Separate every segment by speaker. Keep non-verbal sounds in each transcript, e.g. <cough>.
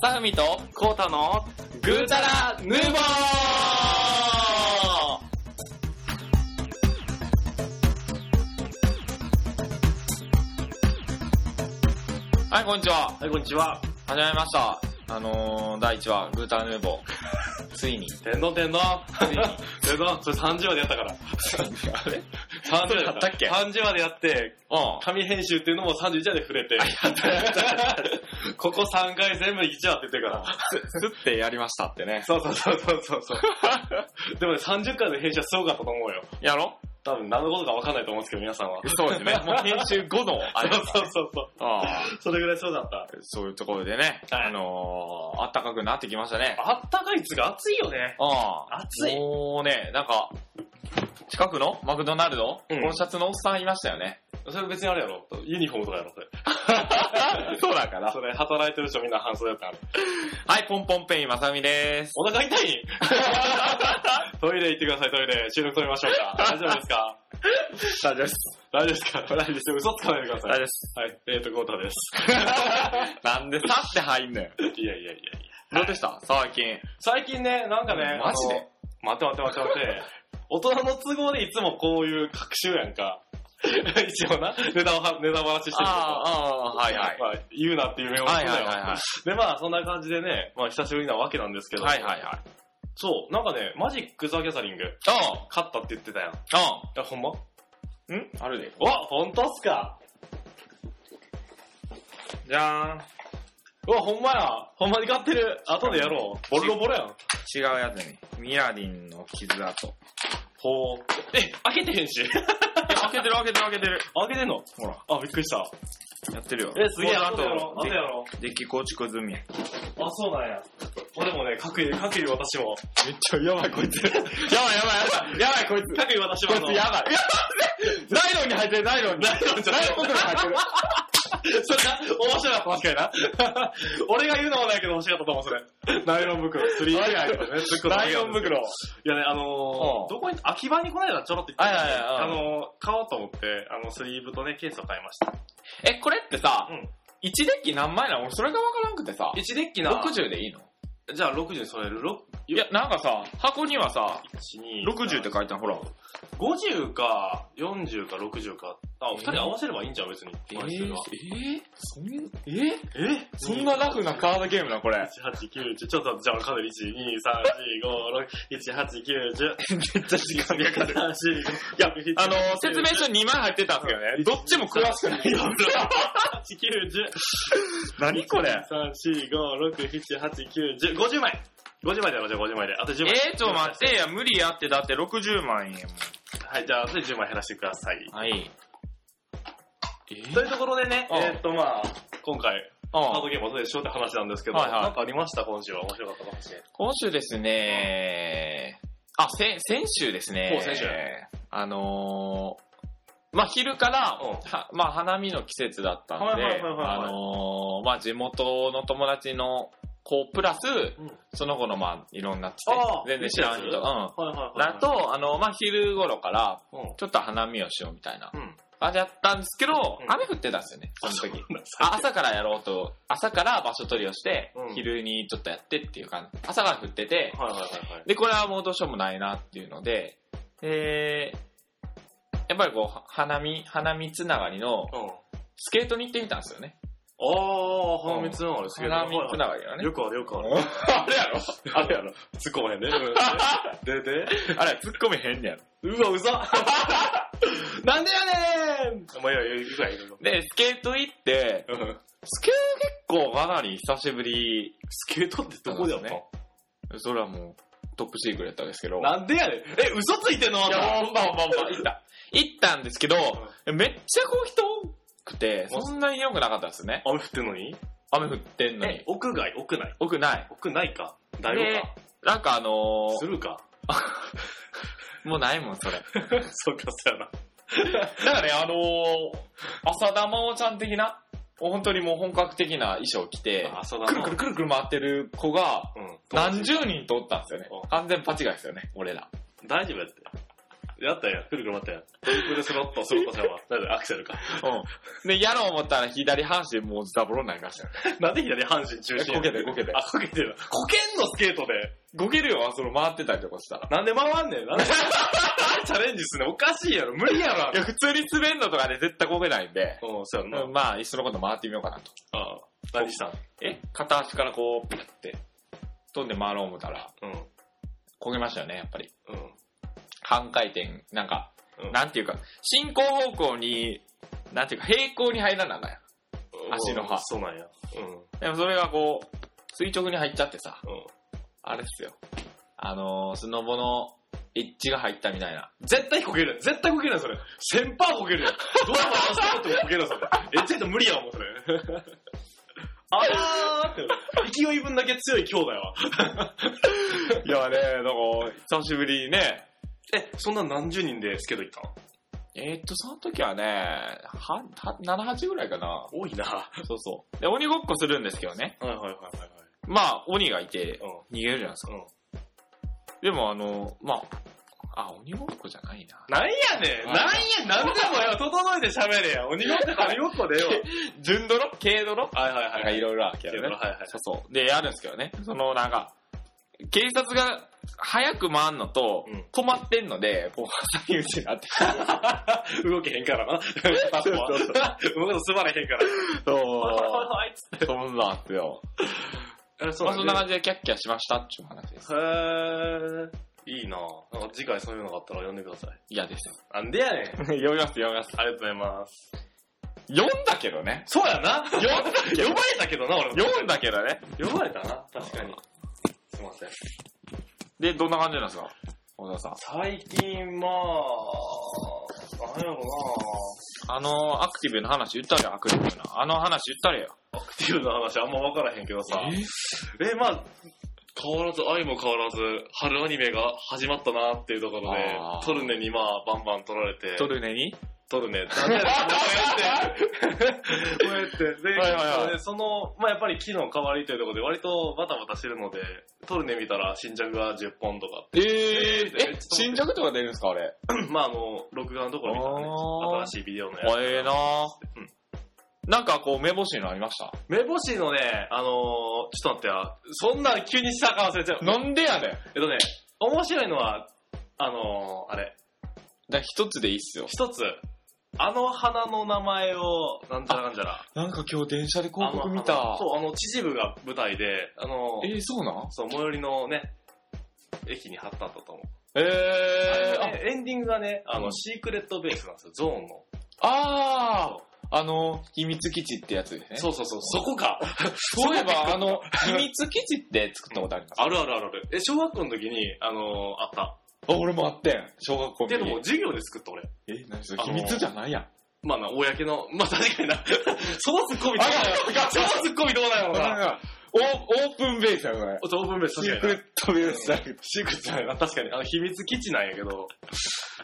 Speaker 1: 高文とコータのグータラヌーボーはい、こんにちは。
Speaker 2: はい、こんにちは。
Speaker 1: 始まりました。あのー、第1話、グータラヌーボ <laughs> ー。ついに。
Speaker 2: 天丼天丼。天丼、それ30話でやったから。
Speaker 1: あれ
Speaker 2: 30話
Speaker 1: やったっけ
Speaker 2: ?30 話でやって、
Speaker 1: う
Speaker 2: 紙編集っていうのも31話で触れて。ここ3回全部1話って言ってるから。
Speaker 1: ん。す <laughs> ってやりましたってね。
Speaker 2: そうそうそうそうそうそう。でもね、30回の編集はすごかったと思うよ。
Speaker 1: やろ
Speaker 2: 多分何のことか分かんないと思うんですけど、皆さんは。
Speaker 1: そうですね。もう編集後の、あ
Speaker 2: そ
Speaker 1: れだ
Speaker 2: うそうそうそう。
Speaker 1: あー
Speaker 2: それぐらいそうだった。
Speaker 1: そういうところでね、
Speaker 2: はい
Speaker 1: あのー、あったかくなってきましたね。
Speaker 2: あったかいっつが暑いよね。
Speaker 1: ああ。
Speaker 2: 暑い
Speaker 1: もうね、なんか、近くのマクドナルド、
Speaker 2: うん
Speaker 1: このシャツのおっさんいましたよね。
Speaker 2: それ別にあれやろ。ユニフォームとかやろ、そ
Speaker 1: <laughs>
Speaker 2: れ。
Speaker 1: そうだから
Speaker 2: そ。れ働いてる人みんな半袖だったから。
Speaker 1: はい、ポンポンペインまさみです。
Speaker 2: お腹痛い <laughs> トイレ行ってください、トイレ。収録止めましょう
Speaker 1: <laughs>
Speaker 2: か。大丈夫ですか
Speaker 1: 大丈夫です。
Speaker 2: 大丈夫ですか大丈夫です。嘘つかないでくださ
Speaker 1: 大丈夫
Speaker 2: い。はい、
Speaker 1: です。
Speaker 2: えーと、ゴータです。
Speaker 1: なんでさって入んのよ。
Speaker 2: いやいやいやいや。
Speaker 1: どうでした最近。
Speaker 2: 最近ね、なんかね、
Speaker 1: マジで
Speaker 2: あの待って待って待って
Speaker 1: <laughs>
Speaker 2: 待って。大人の都合でいつもこういう学習やんか。 <laughs> 一応な、ネタをは、ネタ話してるけど。
Speaker 1: あー、あーはいはい。
Speaker 2: まあ、言うなっていう目を
Speaker 1: はいはいはいはい。
Speaker 2: で、まあ、そんな感じでね、まあ、久しぶりなわけなんですけど。
Speaker 1: はいはいはい。
Speaker 2: そう、なんかね、マジック・ザ・ギャザリング、
Speaker 1: あ
Speaker 2: 勝ったって言ってたやん。
Speaker 1: あ、あ
Speaker 2: え、ほんま
Speaker 1: あ。んあるで。
Speaker 2: お、本当っすか
Speaker 1: じゃ
Speaker 2: うわ、ほんまや。ほんまに買ってる。後でやろう。ボロボロや
Speaker 1: ー
Speaker 2: ん。
Speaker 1: ん。違うやつね。ミラディンの傷跡。
Speaker 2: ほう。え、 <laughs> 開けてへんし。
Speaker 1: え開けてる開けてる開けてる。
Speaker 2: 開けてんの
Speaker 1: ほら、
Speaker 2: あ、びっくりした。
Speaker 1: やってるよ。
Speaker 2: え、すげえ、
Speaker 1: もうあ
Speaker 2: 後
Speaker 1: と
Speaker 2: でやろう。後でやろ
Speaker 1: デッキ構築済みや。
Speaker 2: う。あ、そうなんや。俺もね、各位、各位私も。
Speaker 1: めっちゃやばい <laughs> こいつ。やばいやばいやばい。やばいこいつ。
Speaker 2: 各位私
Speaker 1: こ
Speaker 2: も
Speaker 1: い
Speaker 2: あ
Speaker 1: つや
Speaker 2: の。
Speaker 1: ばい。ナイロンに入ってる、ナイロンに。ナイロンじゃない。ナイロン袋に入ってる。
Speaker 2: それな、面白かった、確かにな。俺が言うのもないけど、面白かったと思う、それ。ナイロン袋。スリーアイアイとかね、すっごい
Speaker 1: ナイロン袋。
Speaker 2: いやね、あのー
Speaker 1: うん
Speaker 2: どこに、秋葉にこないだちょろって行ってたんで、
Speaker 1: はいはいはい
Speaker 2: あのー買おうと思って、あの、スリーブとね、ケースを買いました。
Speaker 1: え、これってさ
Speaker 2: うん、
Speaker 1: 1デッキ何枚なの俺それがわからんくてさ。
Speaker 2: 1デッキな、
Speaker 1: 60でいいの
Speaker 2: じゃあ60にそれる。ろ
Speaker 1: いや、なんかさ、箱にはさ、
Speaker 2: 1 2
Speaker 1: 60って書いてあるほら。
Speaker 2: 50か40か60か。あ、
Speaker 1: えー
Speaker 2: 二人合わせればいいんじゃん、別に。
Speaker 1: え
Speaker 2: 枚数が
Speaker 1: そん、え
Speaker 2: え
Speaker 1: そんなラフなカードゲームな、これ。
Speaker 2: 1 8 9 10ちょっと、じゃあ、かなり1、2、3、4、5、6、1、8、9、10、
Speaker 1: めっちゃ時間
Speaker 2: 1、2、3、4、5、6、7、8、9、10、11、12、13、14、15、16、17、18、19、20、21、22、23、24、25、26、27、28、29、30、31、32、33、34、35、36、37、38、39、40、41、42、33、34、35、36、37、38、39、40、41、42、33、
Speaker 3: 何これ
Speaker 2: 34、35、36、37、38、39、40、41、42、33、34、35、36、37、38、39、40、41、42、33、34、35、36、37、38、39、40、41、42、33、34、35、36、37、38、39、40、41、42、33、34、35、36、37、38、39、40、41、42、33、34、35、36、37、38、39、40、41、42、33、34、35、36、37、38、39、40、41、42、33、34、35、36、37、38、39、40、41、42、33、34、35、36、37、38、39、40、41、42、33、34、35、36、37、38、39、40、41、42、33、34、35、36、37、38、39、40、41、42、33、34、35、36、37、38、39、40、41、42、33、34、35、36、37、38、39、40、41、42、33、34、35、36、37、38、39、40 8、9、10。?3、4、5、6、7、8、9、10。50枚 !50 枚だろ、じゃあ50枚で。あと10枚。
Speaker 1: えー、ちょ、待ってや、無理やって、だって60万円や
Speaker 2: はい、じゃあ、それ10枚減らしてください。
Speaker 1: もん。はい。えー
Speaker 2: というところでね、
Speaker 1: うん
Speaker 2: えーっとまあ、今回、カー
Speaker 1: あ
Speaker 2: ドゲームをどうでしょうって話なんですけど、
Speaker 1: はいはい
Speaker 2: なんかありました今週は面白かったかもしれない。
Speaker 1: 今週ですね、あ、せ、先週ですね。
Speaker 2: そう先週
Speaker 1: あのー、まあ、昼から、
Speaker 2: うん
Speaker 1: はまあ、花見の季節だったんで、
Speaker 2: はいはいはいは
Speaker 1: あ
Speaker 2: い
Speaker 1: のー、まあ、地元の友達の子プラス、
Speaker 2: ん
Speaker 1: その子の、まあ、いろんなつて
Speaker 2: あー、
Speaker 1: 全然知らん人、
Speaker 2: いいうです
Speaker 1: ん。
Speaker 2: はいはい
Speaker 1: だ、と、あの、まあ、昼頃から、
Speaker 2: うん
Speaker 1: ちょっと花見をしようみたいな
Speaker 2: うん。
Speaker 1: 感じだったんですけど、
Speaker 2: うん
Speaker 1: 雨降ってたんですよね、その時。
Speaker 2: あ、
Speaker 1: あ朝からやろうと、朝から場所取りをして、
Speaker 2: うん
Speaker 1: 昼にちょっとやってっていう感じ。朝から降ってて、
Speaker 2: はいはいはいはい。
Speaker 1: で、これはもうどうしようもないなっていうので、えー、やっぱりこう、は花見、花見つながりの
Speaker 2: うん。
Speaker 1: スケートに行ってみたんですよね。
Speaker 2: あー、花見つながりすげえ。
Speaker 1: 花見つながりのね。
Speaker 2: よくあるよくある。
Speaker 1: あれやろ
Speaker 2: あれやろ。突っ込まへんね。 <laughs> でで。
Speaker 1: あれ、突っ込めへんねやろ。
Speaker 2: うわ、うざなんでやねんもういいよ、いくわいいよ。
Speaker 1: で、スケート行って、
Speaker 2: うん
Speaker 1: スケート結構かなり久しぶり、
Speaker 2: スケートってどこでやった
Speaker 1: そうそれはもうトップシークレットですけど、
Speaker 2: なんでやねん。え、嘘ついてんのあん
Speaker 1: いや
Speaker 2: た
Speaker 1: ほんまほんまほんま行った。行ったんですけど、めっちゃこう人多くて、そんなに良くなかったですね。
Speaker 2: 雨降ってんのに
Speaker 1: 雨降ってんの
Speaker 2: え
Speaker 1: に、。
Speaker 2: 屋外、屋内。
Speaker 1: 多くない。
Speaker 2: 屋内か。だよか。
Speaker 1: なんかあの
Speaker 2: するか。
Speaker 1: ー、もうないもん、それ。
Speaker 2: そうか、そうやな。
Speaker 1: だからね、あのー、浅田真央ちゃん的な、本当にもう本格的な衣装を着て、
Speaker 2: 朝だ
Speaker 1: くるくるくるくる回ってる子が、
Speaker 2: うん。
Speaker 1: 何十人とおったんですよね
Speaker 2: う。ん
Speaker 1: 完全パチがですよね、俺ら。
Speaker 2: 大丈夫やって。やったやん。くるくる回ったやん。トリプルスロット、スロットちゃんは。 <laughs> なんだアクセルか。
Speaker 1: うん。で、やろう思ったら左半身もうズタボロになりましたよね。
Speaker 2: なんで左半身中心や
Speaker 1: こけてこけて
Speaker 2: あ、こけてる。こけんのスケートで。
Speaker 1: ごけるよ、その回ってたりとかしたら。
Speaker 2: なんで回んねん。 <laughs> なんでチャレンジすんねん。おかしいやろ。無理やろ。
Speaker 1: いや、普通に滑るのとかで絶対こけないんで、
Speaker 2: うん、そうやんな。
Speaker 1: まあ、いっそのこと回ってみようかなと。
Speaker 2: ああ何したん
Speaker 1: え片足からこう、ピュッて、飛んで回ろう思ったら、
Speaker 2: うん。
Speaker 1: こけましたよね、やっぱり。
Speaker 2: うん。
Speaker 1: 半回転、なんか、
Speaker 2: うん
Speaker 1: なんていうか、進行方向に、なんていうか、平行に入らなあかんやん足の
Speaker 2: 歯
Speaker 1: 歯
Speaker 2: そうなんや。うん。うん。
Speaker 1: でもそれがこう、垂直に入っちゃってさ、あれっすよ。あのー、スノボのエッジが入ったみたいな。
Speaker 2: 絶対こけるやん。絶対こけるやん、それ。1000%こけるや <laughs> ん。ドラマ走ってもこけるやん、それ。え、ちょっと無理やん、もうそれ。 <laughs> あーって。勢い分だけ強い兄弟は。
Speaker 1: いやね、なんか、久しぶりにね、
Speaker 2: え、そんな何十人でスケート行ったの
Speaker 1: えーっと、その時はね、は、は、7、8ぐらいかな。
Speaker 2: 多いな。は
Speaker 1: そうそう。で、鬼ごっこするんですけどね。
Speaker 2: いはいはいはい。
Speaker 1: まあ、鬼がいて、
Speaker 2: う
Speaker 1: 逃げるじゃないですか。
Speaker 2: ん。うん。
Speaker 1: でも、あの、まあ、あ、鬼ごっこじゃないな。
Speaker 2: なんやねん
Speaker 1: あ
Speaker 2: なんやなんでもよ整えて喋れや鬼ごっこ鬼ごっこでよ
Speaker 1: 純泥軽泥
Speaker 2: <laughs> はいはいは
Speaker 1: なん
Speaker 2: い
Speaker 1: か
Speaker 2: はいい
Speaker 1: ろいろあるけ
Speaker 2: け
Speaker 1: どね
Speaker 2: どね。はいはい
Speaker 1: そうそう。で、やるんですけどね。その、なんか、警察が早く回んのと
Speaker 2: うん、
Speaker 1: 止まってんので、こう、挟み撃ちになって。
Speaker 2: 動けへんから <laughs> なパスは
Speaker 1: そう
Speaker 2: 動くのすまれへんから
Speaker 1: <laughs> そう。
Speaker 2: <laughs> あいつ
Speaker 1: そうなんですよ。
Speaker 2: えそ
Speaker 1: まあ、そんな
Speaker 2: 感
Speaker 1: 感じでキャッキャしましたっていう話です。
Speaker 2: じへえいいななんか次回そういうのがあったら呼んでください
Speaker 1: 嫌です。
Speaker 2: なんでやねんあ
Speaker 1: <laughs> 読みます、読みます。
Speaker 2: りがとうございます
Speaker 1: 読んだけどね。
Speaker 2: そうや <laughs> な呼ばれたけどな俺も
Speaker 1: 読んだけどね。
Speaker 2: 呼ばれたな確かにすいません
Speaker 1: で、どんな感じなんですか小田さん。
Speaker 2: 最近まあなんやろ
Speaker 1: あの、アクティブの話言ったれよ、アクティブな。あの話言ったれよ。
Speaker 2: なアクティブな話あんま分からへんけどさえ、まあ、変わらず、愛も変わらず、春アニメが始まったなっていうところで
Speaker 1: あ、ー
Speaker 2: トルネにまあ、バンバン取られて、
Speaker 1: トルネに
Speaker 2: トルネ、なんでやね
Speaker 1: <laughs>
Speaker 2: んこうやって、こうやって、で、
Speaker 1: はいはいはい
Speaker 2: でその、まあやっぱり機能変わりというところで、割とバタバタしてるので、トルネ見たら新着が10本とか、 <clears throat>
Speaker 1: えー、
Speaker 2: え
Speaker 1: え、新着とか出るんですか、あれ。
Speaker 2: まああの、録画のところ見たらね
Speaker 1: あー、
Speaker 2: 新しいビデオのやつ。
Speaker 1: あええなぁ
Speaker 2: うん
Speaker 1: なんかこう、目星になりました。
Speaker 2: 目星のね、あのー、ちょっと待ってや、そんなん急にしたか忘れちゃう。
Speaker 1: なんでやねん。だか
Speaker 2: えっとね、面白いのは、あのー、あれ、
Speaker 1: ら一つでいいっすよ。
Speaker 2: 一つ、あの花の名前を、なんちゃらなんちゃら。
Speaker 1: なんか今日電車で広告見
Speaker 2: あの
Speaker 1: た
Speaker 2: あの。そう、あの、秩父が舞台で、あの、
Speaker 1: えー、そうなん
Speaker 2: そう、最寄りのね、駅に貼ったんだと思う。
Speaker 1: え
Speaker 2: あれねエンディングがね、あの、
Speaker 1: うん
Speaker 2: シークレットベースなんですよ、ゾーンの。
Speaker 1: ー、ああー、あの、秘密基地ってやつですね。
Speaker 2: そうそうそう、そこか。
Speaker 1: そういえば、あの、秘密基地って作ったことあります。
Speaker 2: あるあるあるある。え、小学校の時に、あの、あった。
Speaker 1: あ、俺もあってん。小学校の
Speaker 2: で
Speaker 1: 時
Speaker 2: も、授業で作った俺。
Speaker 1: え、何そ
Speaker 2: あのー
Speaker 1: ゃないやん。
Speaker 2: まあな、公の、まあ確かにな。 <laughs> そのツッコミどう
Speaker 1: あ
Speaker 2: だよ。
Speaker 1: いやガチ
Speaker 2: そのツッコミどう <laughs> だよ
Speaker 1: だか
Speaker 2: な。
Speaker 1: らオーオープンベースやろ、それ。
Speaker 2: オープンベース確
Speaker 1: シー
Speaker 2: かに
Speaker 1: ク
Speaker 2: な
Speaker 1: レットベースだけど。
Speaker 2: シークレットじゃないな、確かに。あの、秘密基地なんやけど、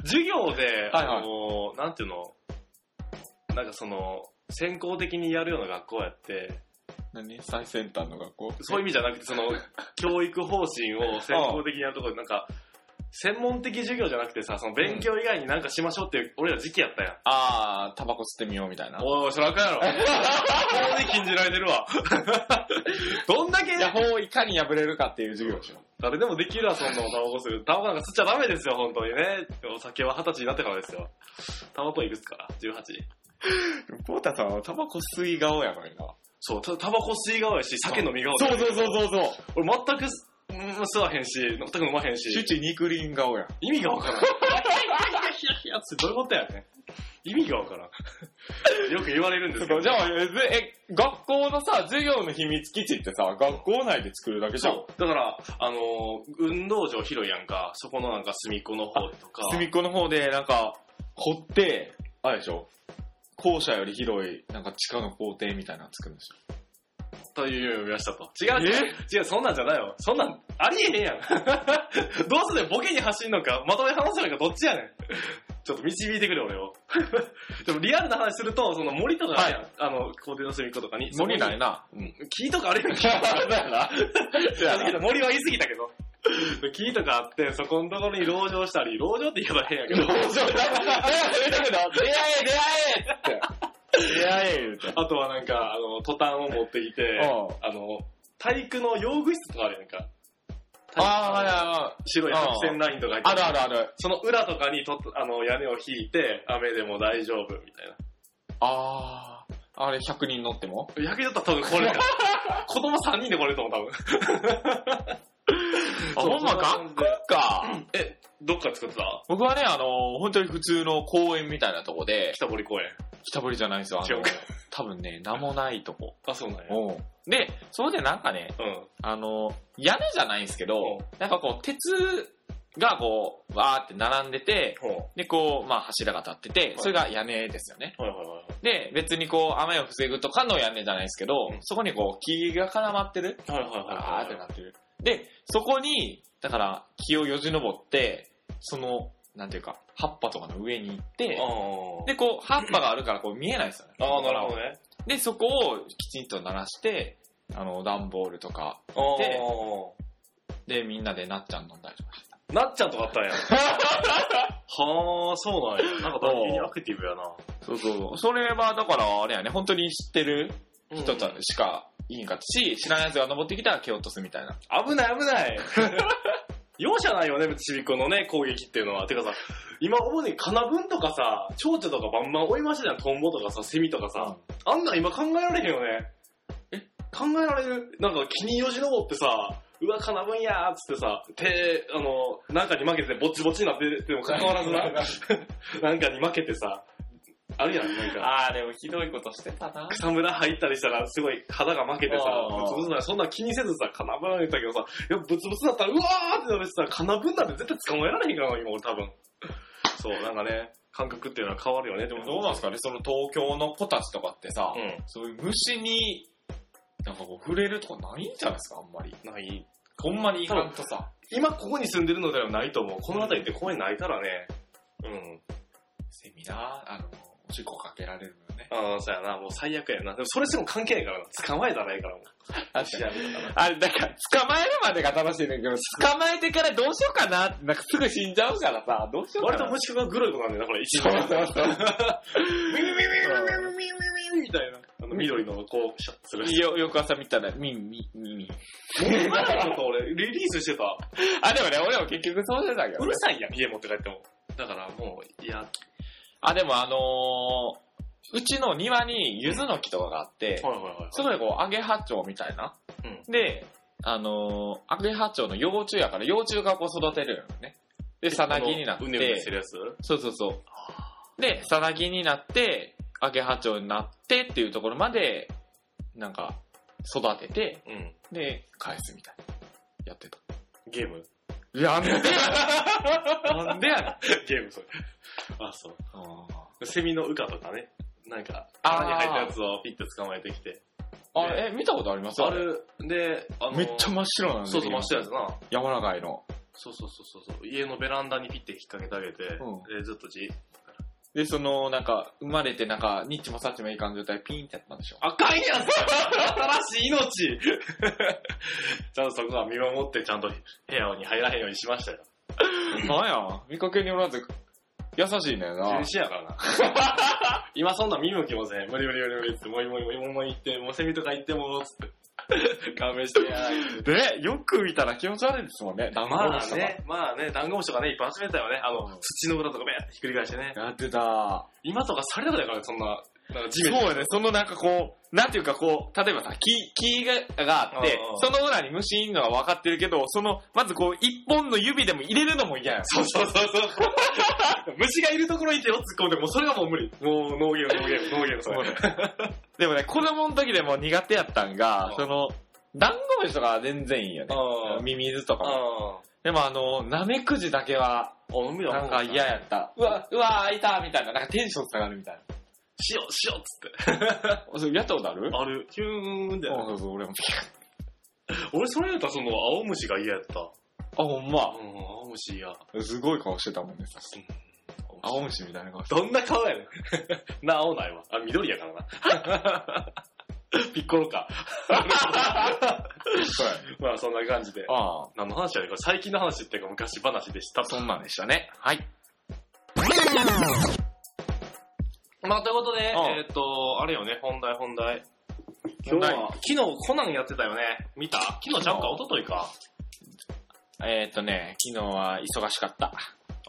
Speaker 2: 授業で、
Speaker 1: はいはい
Speaker 2: あの、なんていうの、なんかその、先行的にやるような学校やって、
Speaker 1: 何最先端の学校
Speaker 2: そういう意味じゃなくて、その、教育方針を先行的にやるところで、なんか、専門的授業じゃなくてさ、その勉強以外になんかしましょうっていう、俺ら時期やったやん。
Speaker 1: あー、タバコ吸ってみようみたいな。
Speaker 2: おいおい、そらあかんや <laughs> ろ。法で禁じられてるわ。 <laughs> どんだ
Speaker 1: い
Speaker 2: け
Speaker 1: や、法をいかに破れるかっていう授業でしょ。
Speaker 2: 誰でもできるわ、そんなのタバコする。タバコなんか吸っちゃダメですよ、本当にね。お酒は二十歳になってからですよ。タバコいくつから ?18。
Speaker 1: ポータさんはタバコ吸い顔やのにな。
Speaker 2: そう、たタバコ吸い顔やし、酒飲み顔
Speaker 1: そうそうそう
Speaker 2: う。
Speaker 1: そうそう。
Speaker 2: 俺全く吸うん吸わへんし、全く飲まへんし。
Speaker 1: シュチ肉林顔やん。
Speaker 2: 意味がわからん。いやいやいやいやってどういうことやねん。意味がわからん。よく言われるんですけど。
Speaker 1: じゃあ、え、え学校のさ、授業の秘密基地ってさ、学校内で作るだけじゃん。
Speaker 2: そう。だから、あのー運動場広いやんか、そこのなんか隅っこの方とか。
Speaker 1: 隅っこの方で、なんか、掘って、あれでしょ校舎より広い、なんか地下の校庭みたいなの作るんでしょ
Speaker 2: という夢を見ましたと。違う違う、違う、そんなんじゃないよ。そんなん、ありえへんや <laughs> ん。どうすねんボケに走んのか、まとめ話すのか、どっちやねん。ちょっと導いてくれ、俺を。 <laughs> でもリアルな話すると、その森とかあるやん、あの、校庭の隅っことかに。。
Speaker 1: 森ない <laughs> いな。
Speaker 2: 木とかあるやん。
Speaker 1: <laughs> だよな。
Speaker 2: <laughs> 正直森は言い過ぎたけど。木とかあって、そこのところに籠城したり、籠城って言えば変やけど、
Speaker 1: 出会え出会
Speaker 3: 出会えると。
Speaker 2: <laughs> あとはなんか、あの、トタンを持ってきて、
Speaker 3: うん
Speaker 2: あの、体育の用具室とかあるやんか。
Speaker 1: えああ、はいは
Speaker 2: 白い白線ラインとか入
Speaker 1: いはい。
Speaker 2: って
Speaker 1: あるあるある。
Speaker 2: その裏とかにとっあの屋根を引いて、雨でも大丈夫みたいな。
Speaker 1: ああ、あれ100人乗っても
Speaker 2: 焼けちゃったら多分こ <laughs> れか。子供3人でこれると
Speaker 1: あ、
Speaker 2: 思う、多
Speaker 1: ほ
Speaker 2: 分。
Speaker 1: んま学校か。
Speaker 2: え、どっから作ってた
Speaker 1: 僕はね、あの、本当に普通の公園みたいなとこで、
Speaker 2: 北堀公園。
Speaker 1: 北堀じゃないんですよ。あ
Speaker 2: 違
Speaker 1: の
Speaker 2: うか、
Speaker 1: 多分ね、名もないとこ。
Speaker 2: あ、そうなんや。
Speaker 1: うんで、そこでなんかね、
Speaker 2: うん。
Speaker 1: あの、屋根じゃないんですけど、なんかこう、鉄がこう、わーって並んでて、
Speaker 2: ほ
Speaker 1: で、こう、まあ柱が立ってて、それが屋根ですよね。
Speaker 2: う。はいはいはい。
Speaker 1: で、別にこう、雨を防ぐとかの屋根じゃないですけど、
Speaker 2: うん
Speaker 1: そこにこう、木が絡まってる。
Speaker 2: はいはいはい
Speaker 1: あーっ
Speaker 2: は
Speaker 1: て
Speaker 2: い
Speaker 1: なってる。で、そこに、だから、木をよじ登って、その、なんていうか、葉っぱとかの上に行って、
Speaker 2: あー
Speaker 1: で、こう、葉っぱがあるからこう見えないですよね。
Speaker 2: あー、なるほどね。
Speaker 1: で、そこをきちんと鳴らして、あの、段ボールとか、で
Speaker 2: あ
Speaker 1: で、みんなでなっちゃん飲んだりとかしてた。
Speaker 2: あ。なっちゃんとかあったん <laughs> や。はあ、そうなんや。なんか単純にアクティブやな。
Speaker 1: そうそう。それは、だから、あれやね、本当に知ってる人
Speaker 2: ち
Speaker 1: たしかいいんかったし、知らない奴が登ってきたら蹴落とすみたいな。
Speaker 2: 危ない危ない。容赦ないよね、ちびっこのね、攻撃っていうのは。てかさ、今主にカナブンとかさ、蝶々とかバンバン追いましたじゃん、トンボとかさ、セミとかさ。あんなん今考えられへんよね。え考えられるなんか気によじ登ってさ、うわ、カナブンやーっつってさ、手、あの、なんかに負けてぼっちぼっちになってても関わら
Speaker 1: <laughs>
Speaker 2: ずな、なんかに負けてさ、あるやん、なんか。
Speaker 1: ああ、でもひどいことしてたな。
Speaker 2: 草むら入ったりしたら、すごい肌が負けてさ
Speaker 1: あ、ー
Speaker 2: ブツブツな、そんな気にせずさ、金分言ったけどさ、いや、ブツブツだったら、うわーってなるしさ、金分なんて絶対捕まえられへんからな、今俺多分。そう、なんかね、感覚っていうのは変わるよね、で
Speaker 1: で
Speaker 2: も
Speaker 1: もどうなんですかね、その東京の子たちとかってさ、
Speaker 2: う
Speaker 1: そういう虫に、なんかこう触れるとかないんじゃないですか、あんまり。
Speaker 2: ん。ない。
Speaker 1: ほんまにいかんとさ。
Speaker 2: 今ここに住んでるのではないと思う。この辺りって公園ないからね。うん。
Speaker 1: セミな、あの、おしっこかけられるのよね。
Speaker 2: ああ、そうやな、もう最悪やな。でもそれしても関係ないからな。捕まえたらええからもう。
Speaker 1: 確かに。あれ、だから、捕まえるまでが楽しいねんだけど、捕まえてからどうしようかなって、なんかすぐ死んじゃうからさ、どうしようか
Speaker 2: 割
Speaker 1: な。
Speaker 2: と虫がグロい子なんだよな、これ、一
Speaker 1: そ <laughs>
Speaker 2: 番。
Speaker 1: うそうそう。
Speaker 2: ミミミミミミミミミミみたいな。あの、緑の、こう、シャッ
Speaker 1: <laughs>
Speaker 2: する。
Speaker 1: よ、翌朝見たら、み、み、み、み。
Speaker 2: もう前のこと俺、リリースしてた。
Speaker 1: あ、でもね、俺も結局そうしてたけど、
Speaker 2: う
Speaker 1: ね
Speaker 2: る。さいやん、家持って帰っても。だからもう、いや、
Speaker 1: あ、でもあのー、うちの庭に柚子の木とかがあって、
Speaker 2: はいはいはい。
Speaker 1: すごいこう、アゲハチョウみたいな。
Speaker 2: う
Speaker 1: で、あのー、アゲハチョウの幼虫やから、幼虫がこう育てるのね。で、さなぎになって、
Speaker 2: うねうねしてるやつ
Speaker 1: そうそうそう。で、さなぎになって、アゲハチョウになってっていうところまで、なんか、育てて、
Speaker 2: うん。
Speaker 1: で、返すみたいな。やってた。
Speaker 2: ゲーム <laughs>
Speaker 1: やんね
Speaker 2: なんでやねん。ゲームそれ。あ、そう。セミの羽化とかね。なんか、
Speaker 1: あー
Speaker 2: 穴に入ったやつをピッて捕まえてきて。
Speaker 1: あ、え、見たことあります
Speaker 2: ある、で、あの、
Speaker 1: めっちゃ真っ白なん
Speaker 2: そうそう、真っ白いやつな。
Speaker 1: 柔らかいの。
Speaker 2: そうそうそうそう。家のベランダにピッて引っ掛けてあげて、
Speaker 1: う
Speaker 2: で、ずっとじ、
Speaker 1: で、その、なんか、生まれて、なんか、ニッチもサッチもいかん状態、ピーンってやったんでしょ。
Speaker 2: あかんやん新しい命 <laughs> ちゃんとそこは見守って、ちゃんと部屋に入らへんようにしましたよ。
Speaker 1: <laughs> なんや、見かけによらず、優しいねんな
Speaker 2: 中。止やからな。 <laughs> 今そんなん見向きもせん。無理無理無理無理って、もうもうもうもうもう行って、もうセミとか行っても、つって。 <laughs> 勘弁してや。
Speaker 1: で、よく見たら気持ち悪いですもんね、ダン
Speaker 2: まあね、まあね、ダンゴムシとかね、いっぱい集めてたよね。あの、土の裏とかべーってひっくり返してね。
Speaker 1: やってた。
Speaker 2: 今とかされたことやから、そんな、なんか地
Speaker 1: そう
Speaker 2: 面に
Speaker 1: やね、そのなんかこう、なんていうかこう、例えばさ、木、木ががあって
Speaker 2: うんう、ん
Speaker 1: その裏に虫いんのは分かってるけど、その、まずこう、一本の指でも入れるのも嫌やん。
Speaker 2: そうそうそう
Speaker 1: <laughs>
Speaker 2: そう。虫がいるところに手を突っ込んで、もうそれがもう無理。もう、ノーゲーム、ノーゲーム、ノーゲーム、それ。
Speaker 1: <laughs> でもね、子供の時でも苦手やったんが
Speaker 2: うん、
Speaker 1: その、ダンゴムシとかは全然いいよね。
Speaker 2: あ
Speaker 1: ミミズとかも。
Speaker 2: あ
Speaker 1: でもあの、ナメクジだけは、
Speaker 2: あ、海
Speaker 1: なんか嫌
Speaker 2: や。
Speaker 1: やった。うわ、うわ、開いたみたいな。なんかテンション下がるみたい
Speaker 2: しよう、しようっつって。
Speaker 1: な。それやったことある
Speaker 2: ある。ヒューンって。
Speaker 1: うんそうそう、俺も。
Speaker 2: 俺、それやったら、その、青虫が嫌やった。
Speaker 1: あ、ほんま。
Speaker 2: うん、青虫嫌。
Speaker 1: すごい顔してたもんね、さっき。青
Speaker 2: 青
Speaker 1: 虫みたいな顔してた。
Speaker 2: どんな顔やねん。 <laughs> な、青ないわ。 <laughs> あ、緑やからな。ピッコロか。
Speaker 1: そうやね。
Speaker 2: <laughs> まあそんな感じで。
Speaker 1: ああ、
Speaker 2: 何の話やねんこれ最近の話っていうか昔話でしたと。
Speaker 1: そんなんでしたね。はい。
Speaker 2: まあということで、
Speaker 1: うん
Speaker 2: えっと、あれよね、本題本題。
Speaker 3: 今日は、
Speaker 2: 昨日コナンやってたよね。見た昨日ちゃうか、一昨日か。
Speaker 1: えーっとね、昨日は忙しかった。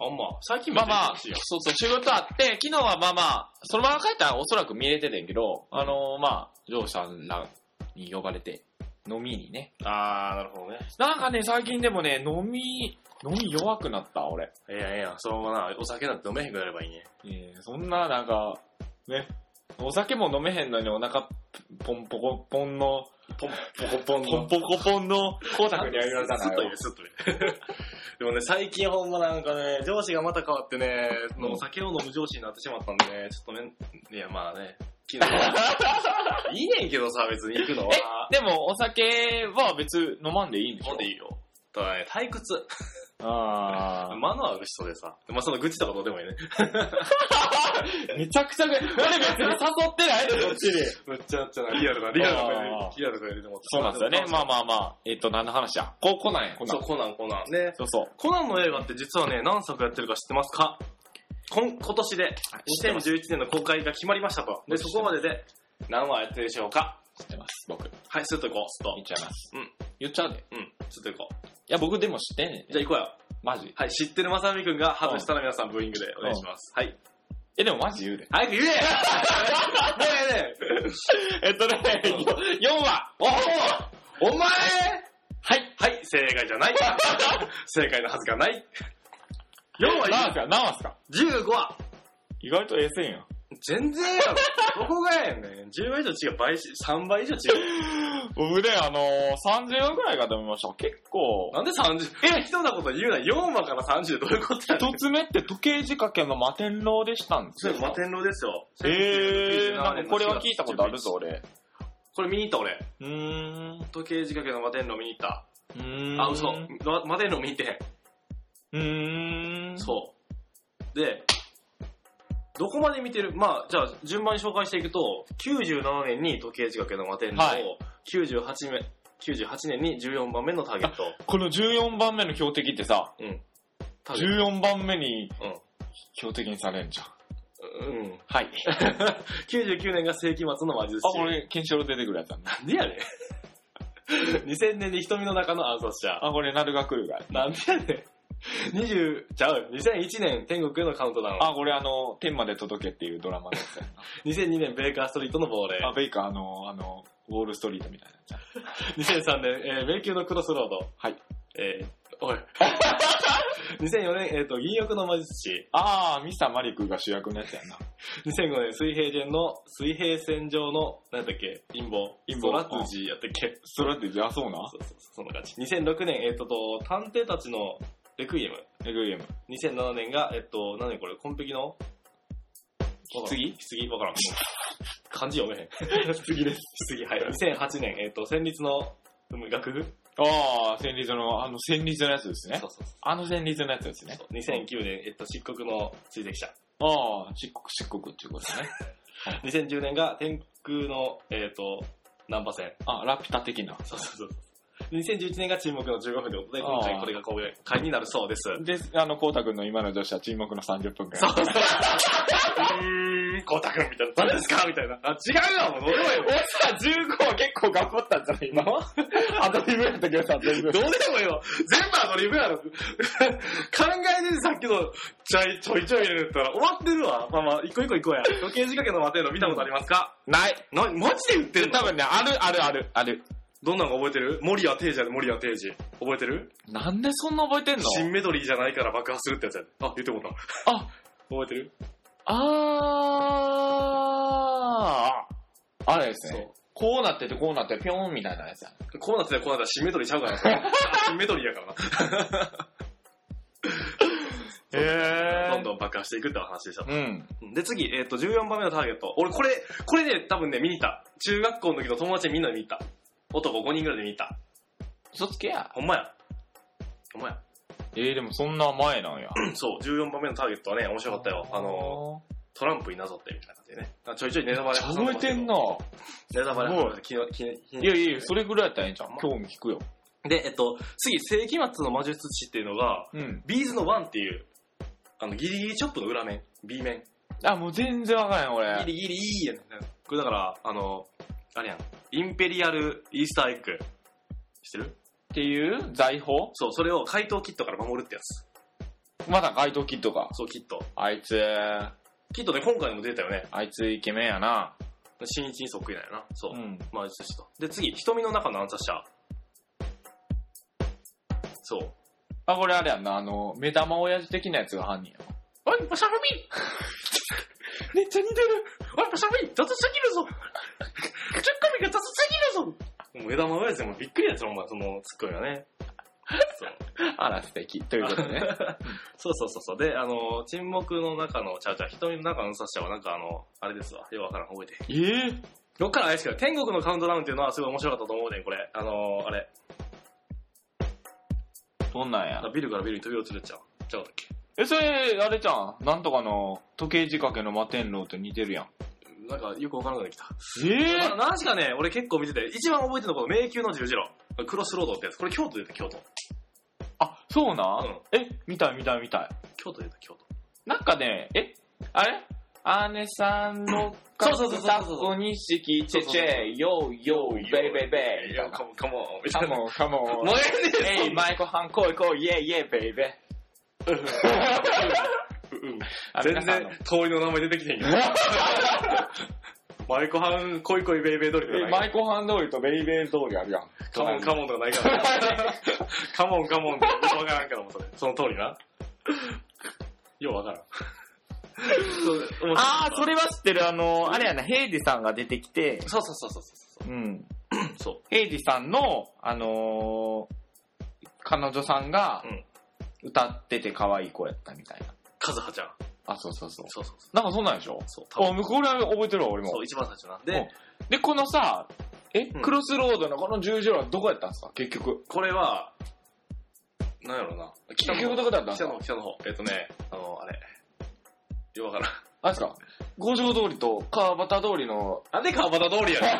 Speaker 2: あんま、最近
Speaker 1: まあまあ、
Speaker 2: 珍しいよ
Speaker 1: そうそう、仕事あって、昨日はまあまあ、そのまま帰ったらおそらく見れてたんやけど、あのーまあ、上司さんらに呼ばれて、飲みにね。
Speaker 2: あー、なるほどね。
Speaker 1: なんかね、最近でもね、飲み、飲み弱くなった、俺。
Speaker 2: ええやんええやん、そのままな、お酒なんて飲めへんくなればいいね。
Speaker 1: えーそんな、なんか、ね、お酒も飲めへんのにお腹、ポンポコポンの、
Speaker 2: ポン、ポコポン
Speaker 1: ポ
Speaker 2: の
Speaker 1: ン。ポコポンの、光沢にあげられた
Speaker 2: スッと
Speaker 1: な
Speaker 2: 言う、スッと言う。でもね、最近ほんまなんかね、上司がまた変わってね、そのお酒を飲む上司になってしまったんでね、ちょっとね、いやまあね、昨日はいいねんけどさ、別に行くのは。
Speaker 1: でも、お酒は別、飲まんでいいんでしょ
Speaker 2: 飲んでいいよ。ただね、退屈。
Speaker 1: あ
Speaker 2: 間のある人でさ、まあその愚痴とかどうでもいいね。
Speaker 1: あ。めちゃくちゃぐらい。俺別に誘ってないで、こっちに。
Speaker 2: めっちゃめっちゃなリアルな、リアル
Speaker 1: あ
Speaker 2: な、
Speaker 1: ー
Speaker 2: リアルな入れてもらった
Speaker 1: そうなんですよね。まあまあまあ。えっ、と、何の話やこう、コナンや、コナン。
Speaker 2: そう、コナン、コナン。ね、
Speaker 1: そうそう。
Speaker 2: コナンの映画って実はね、何作やってるか知ってますかこん今年で、
Speaker 1: 知ってます
Speaker 2: 2011年の公開が決まりましたと。で、
Speaker 1: 知って
Speaker 2: そ
Speaker 1: ます
Speaker 2: こまでで、何話やってるでしょうか
Speaker 1: 知ってます、僕。言っ
Speaker 2: はい、スッと行こう、スッと。
Speaker 1: ちゃいます。
Speaker 2: うん。
Speaker 1: 言っちゃうで。い
Speaker 2: うん、スッと行こう。
Speaker 1: や、僕でも知ってんねんね。
Speaker 2: じゃあ行こうよ。
Speaker 1: マジ。
Speaker 2: はい、知ってるまさみくんが外したら皆さんブーイングでお願いします。はい。
Speaker 1: え、でもマジ言うで。
Speaker 2: 早く言えねえね
Speaker 1: <laughs> えっと <laughs> ね、
Speaker 2: うん
Speaker 1: 4話お
Speaker 2: えお前
Speaker 1: はい。
Speaker 2: はい、正解じゃ <laughs> ない。正解のはずがない。4話
Speaker 1: 何話すか何話すか
Speaker 2: 15話
Speaker 1: 意外とええせんや。
Speaker 2: 全然 <laughs> やろ。どこがやねん。10倍以上違う。倍し、3倍以上違う。
Speaker 1: 僕ね、あのー、30話ぐらいかと思いました。結構。
Speaker 2: なんで30、え、人なこと言うな。4話から30どういうことやねん。
Speaker 1: 一つ目って時計仕掛けの摩天楼でしたんです
Speaker 2: そ
Speaker 1: よ
Speaker 2: れ。摩天楼ですよ。
Speaker 1: えー、
Speaker 2: 1997
Speaker 1: なんか
Speaker 2: 年の
Speaker 1: これは聞いたことあるぞ、俺。
Speaker 2: これ見に行った俺。
Speaker 1: うーん。う
Speaker 2: 時計仕掛けの摩天楼見に行った。
Speaker 1: ーん。
Speaker 2: あ、嘘。ま摩天楼見に行ってへん。
Speaker 1: うーん。
Speaker 2: そう。で、どこまで見てるまあ、じゃあ、順番に紹介していくと、97年に時計仕掛けの摩天楼を、
Speaker 1: はい
Speaker 2: 98年、98年に14番目のターゲット。
Speaker 1: この14番目の標的ってさ、
Speaker 2: ターゲッ
Speaker 1: 14番目に
Speaker 2: うん
Speaker 1: 標的にされるじゃん。
Speaker 2: トうん。
Speaker 1: はい。あ、
Speaker 2: 99年が世紀末の魔術師。
Speaker 1: これ、ケンシロウ出てくるやつだね。
Speaker 2: なんでやねん。2000年 <laughs> に瞳の中の暗殺者。
Speaker 1: あ、これ、ナルガクルーが。
Speaker 2: なんでやねん。20、ちゃう。2001年天国へのカウントダウン。
Speaker 1: あ、これ、あの、天まで届けっていうドラマのやつや
Speaker 2: 2002年ベーカーストリートの亡霊
Speaker 1: な。あ、。ベイカー、あの、あの、ウォールストリートみたいなやつや。
Speaker 2: 2003年、えー、迷宮のクロスロード。
Speaker 1: はい。
Speaker 2: えー、
Speaker 1: <laughs>
Speaker 2: おい。2004年、えっ、と、銀翼の魔術師。
Speaker 1: あー、ミスターマリックが主役のやつやな。
Speaker 2: 2005年、水平線の、水平線上の、なんだっけ、陰謀。
Speaker 1: 陰謀
Speaker 2: ストラテジーやったっけ。
Speaker 1: それって、あ、そうな
Speaker 2: そうそうそう、そんな感じ。2006年、えっ、とと、探偵たちのレクイエム。
Speaker 1: エグゲーム。
Speaker 2: 2007年が、えっと、何これ、コンペキの
Speaker 1: 次
Speaker 2: 次わからん。漢字読めへん。次です。次、はい。2008年、えっと、戦慄の楽譜
Speaker 1: あー、戦慄の、あの、戦慄のやつですね
Speaker 2: そう。そう
Speaker 1: あの戦慄のやつですね。
Speaker 2: そう。2009年、えっと、漆黒の追跡者。
Speaker 1: あー、漆黒漆黒っていうことね。
Speaker 2: 2010年が天空の、えっと、難波線。
Speaker 1: あ、ラピュタ的な。
Speaker 2: そうそうそう。2011年が沈黙の15分ということで、
Speaker 1: あー
Speaker 2: 今回これが公開になるそうです。
Speaker 1: で、あの、こうたくんの今の女子は沈黙の30分くらい。
Speaker 2: うーん、こうたくんみたいな、誰ですかみたいな。あ、違うわ、もうどうでもいいわ
Speaker 1: 俺さ、15は結構頑張ったんじゃない今。 <laughs> アドリブやったけどさ、 <laughs> 全部。
Speaker 2: どうでもよ。全部アドリブや <laughs> ろ。考えててさっきのちょいちょいちょい入れるったら終わってるわ。まあまあ、一個一個一個や。時計仕掛けの待てるの見たことありますか、
Speaker 1: ない。
Speaker 2: な、マジで言ってんの
Speaker 1: 多分ね、あるあるあるある。
Speaker 2: どんなの覚えてる森谷定治やで森谷定治。覚えてる
Speaker 1: なんでそんな覚えてんの
Speaker 2: 新メドリーじゃないから爆破するってやつやで。あ、言ってもうた。
Speaker 1: あ、
Speaker 2: 覚えてる
Speaker 1: あー。あれです
Speaker 2: そう
Speaker 1: ね。。こうなってて、こうなって、ぴょんみたいなやつや。
Speaker 2: こうなってたらこうなったら新メドリーちゃうから
Speaker 1: <laughs>
Speaker 2: な。新メドリーやからな。
Speaker 1: へ
Speaker 2: どんどん爆破していくってお話でした。
Speaker 1: うん。
Speaker 2: で、次、えっ、と、14番目のターゲット。俺、これ、これね、多分ね、見に行った。中学校の時の友達にみんなで見に行った。男5人ぐらいで見に行った。
Speaker 1: 嘘つけや。
Speaker 2: ほんまや。ほんまや。
Speaker 1: えー、でもそんな前なんや。
Speaker 2: そう、14番目のターゲットはね、面白かったよ。あの、トランプになぞってみたいな感じでね。ちょいちょいネタバレ挟んで
Speaker 1: 覚
Speaker 2: ま
Speaker 1: え
Speaker 2: すけ
Speaker 1: て
Speaker 2: ど
Speaker 1: んな。
Speaker 2: ネタバレ挟んでます昨日、昨日。
Speaker 1: いやいやいや、それぐらいやったらええんちゃう
Speaker 2: ま
Speaker 1: 興味聞くよ。
Speaker 2: で、えっと、次、世紀末の魔術師っていうのが、
Speaker 1: うん。
Speaker 2: ビーズのワンっていう、あの、ギリギリチョップの裏面、B 面。
Speaker 1: あ、もう全然わからん、俺。
Speaker 2: ギリギリいいやん。これだから、あの、あれやん。インペリアルイースターエッグ。してる
Speaker 1: っていう財宝
Speaker 2: そう、それを怪盗キットから守るってやつ。
Speaker 1: まだ街頭キッドか。
Speaker 2: そう、キット。
Speaker 1: あいつ、
Speaker 2: キットね、今回も出たよね。
Speaker 1: あいつイケメンやな。
Speaker 2: 新一にそっくりだよな。そう。
Speaker 1: ん。
Speaker 2: 魔術師と。で、次、瞳の中の暗殺者。そう。
Speaker 1: あ、これあれやんな、あの、目玉親父的なやつが犯人やわ
Speaker 2: おい、パシャフミめっちゃ似てるおい、パシャフミ雑すぎるぞツッコミが雑すぎるぞもう枝豆親父でもびっくりやつお前、そのツッコミがね。そう
Speaker 1: あら素敵。ということでね。
Speaker 2: そうそうそうそう。で、あの、沈黙の中の、ちゃうちゃう、瞳の中の殺者はなんかあの、あれですわ。よくわからん、覚えてへ
Speaker 1: <laughs>
Speaker 2: ん。
Speaker 1: えー、
Speaker 2: どっからあれですけど、天国のカウントダウンっていうのはすごい面白かったと思うねん、これ。あの、あれ。
Speaker 1: どんなんや
Speaker 2: あ。ビルからビルに飛び落ちるっちゃう。ちゃうだっけ
Speaker 1: え、それ、あれじゃん。なんとかの時計仕掛けの摩天楼と似てるやん。
Speaker 2: なんか、よくわからなくなってきた。
Speaker 1: え
Speaker 2: ななんしかね、俺結構見てて、一番覚えてるのはこの迷宮の十字路。クロスロードってやつ。これ京都出た、京都。
Speaker 1: あ、そうなん、え、見たい見たい見たい。
Speaker 2: 京都出た、京都。
Speaker 1: なんかね、え、あれ姉さんの
Speaker 2: そうそうそうそうそう
Speaker 1: おにしきチェチェ、ヨーヨー、ベイベイベイ。みたいな
Speaker 2: カモン、カモン、みた
Speaker 1: カ
Speaker 2: いな。
Speaker 1: モン、カモン。
Speaker 2: 燃えねえ
Speaker 1: えい、
Speaker 2: ぞ
Speaker 1: マイコハン、こいこい、イェイイェイ、ベイベイ。
Speaker 2: <laughs> うん
Speaker 1: あ
Speaker 2: 全
Speaker 1: 皆さんの
Speaker 2: 然、通りの名前出てきてんけど。マイコハン、恋恋ベイベイ通りとか
Speaker 3: え
Speaker 2: ない
Speaker 3: マイコハン通りとベイベー通りあるやん。
Speaker 2: カモンカモンとかないから。
Speaker 1: <laughs>
Speaker 2: カモンカモンってよくわからんからもうそれ。その通りな。ようわからん。そう
Speaker 1: あー、それは知ってる。あの、あれやな、ヘイジさんが出てきて、
Speaker 2: そうそうそうそうそう
Speaker 1: うん。
Speaker 2: そう。そう。
Speaker 1: ヘイジさんの、あのー彼女さんが
Speaker 2: うん、
Speaker 1: 歌ってて可愛い子やったみたいな。
Speaker 2: カズハちゃん。
Speaker 1: あ、そうそうそう。
Speaker 2: そうそうそう。
Speaker 1: なんかそんなんでしょ
Speaker 2: そう、多
Speaker 1: あ、
Speaker 2: 分
Speaker 1: 向こうら覚えてるわ、俺も
Speaker 2: そ。う、一番最初な。
Speaker 1: うん
Speaker 2: で、
Speaker 1: で、このさ、え、
Speaker 2: うん
Speaker 1: クロスロードのこの十字路はどこやったんですか結局。
Speaker 2: これは、なんやろな。北の
Speaker 1: 結局どこだったんです
Speaker 2: 北の
Speaker 1: か
Speaker 2: 方、北の方。えっとね、あの、あれ。ようわからん。
Speaker 1: あれですか五条通りと川端通りの、
Speaker 2: なんで川端通りやね <laughs>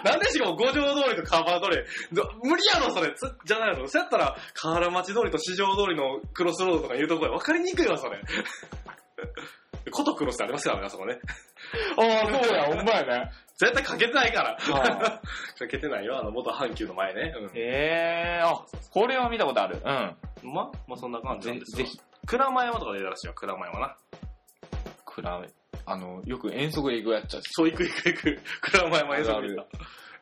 Speaker 2: んなんでしかも五条通りと川端通り。ど無理やろ、それ。つじゃないの。そうやったら、河原町通りと市場通りのクロスロードとか言うとこや。わかりにくいわ、それ。 <laughs> ことクロスってありますからね、あそこね。
Speaker 1: ああ、そうや、ほんまやね。
Speaker 2: 絶対かけてないから。
Speaker 1: は
Speaker 2: かけてないよ、あの、元阪急の前ね。うん。
Speaker 1: ええー、あ、これは見たことある。う
Speaker 2: ままあ、そんな感
Speaker 1: ん。
Speaker 2: じなん
Speaker 1: ぜ
Speaker 2: です
Speaker 1: ぜひ、
Speaker 2: 蔵前山とか出たらしいよ、蔵前山な。
Speaker 1: 比べ、あの、よく遠足で行くやっちゃうし。
Speaker 2: そう、行く行く行く。蔵前山
Speaker 1: あ
Speaker 2: 映
Speaker 1: る
Speaker 2: 像
Speaker 1: あ
Speaker 2: 見
Speaker 1: る
Speaker 2: た。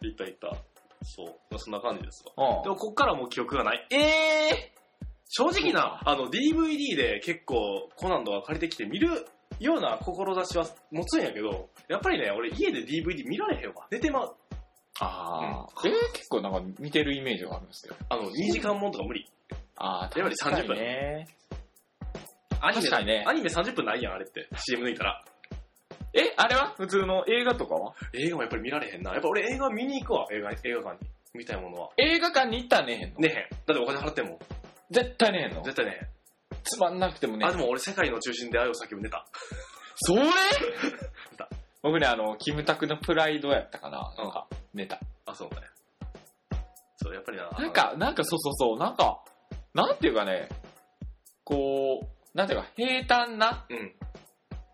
Speaker 2: 行った行った。そう。まあ、そんな感じですわ。
Speaker 1: うん
Speaker 2: でも、こっからもう記憶がない。
Speaker 1: ええ
Speaker 2: 正直な、あの、DVD で結構コナンとか借りてきて見るような志は持つんやけど、やっぱりね、俺家で DVD 見られへんわ。寝てまう。
Speaker 1: ああ、えー、結構なんか似てるイメージがあるんですけど。
Speaker 2: あの、2時間もんとか無理。
Speaker 1: ああ、
Speaker 2: やっぱり
Speaker 1: 確か
Speaker 2: 30
Speaker 1: に
Speaker 2: 分
Speaker 1: ね。
Speaker 2: アニメ
Speaker 1: 確かにね
Speaker 2: アニメ30分ないやん、あれって。CM 抜いたら。
Speaker 1: え、あれは普通の映画とかは
Speaker 2: 映画もやっぱり見られへんな。やっぱ俺映画見に行くわ、映画映画館に。見たいものは。
Speaker 1: 映画館に行ったらねえへんの。
Speaker 2: 寝へん。だってお金払ってんもん。
Speaker 1: 絶対ねえへんの。
Speaker 2: 絶対寝へん。
Speaker 1: つまんなくてもね
Speaker 2: あ、。でも俺世界の中心で愛を叫ぶ寝た。
Speaker 1: それ <laughs> 僕ね、あの、キムタクのプライドやったかな。なんか、ネタ。
Speaker 2: あ、そうだね。そう、やっぱりな。
Speaker 1: なんか、なんかそうそうそう、なんか、なんていうかね、こう、なんていうか、平坦な、
Speaker 2: あの、うん。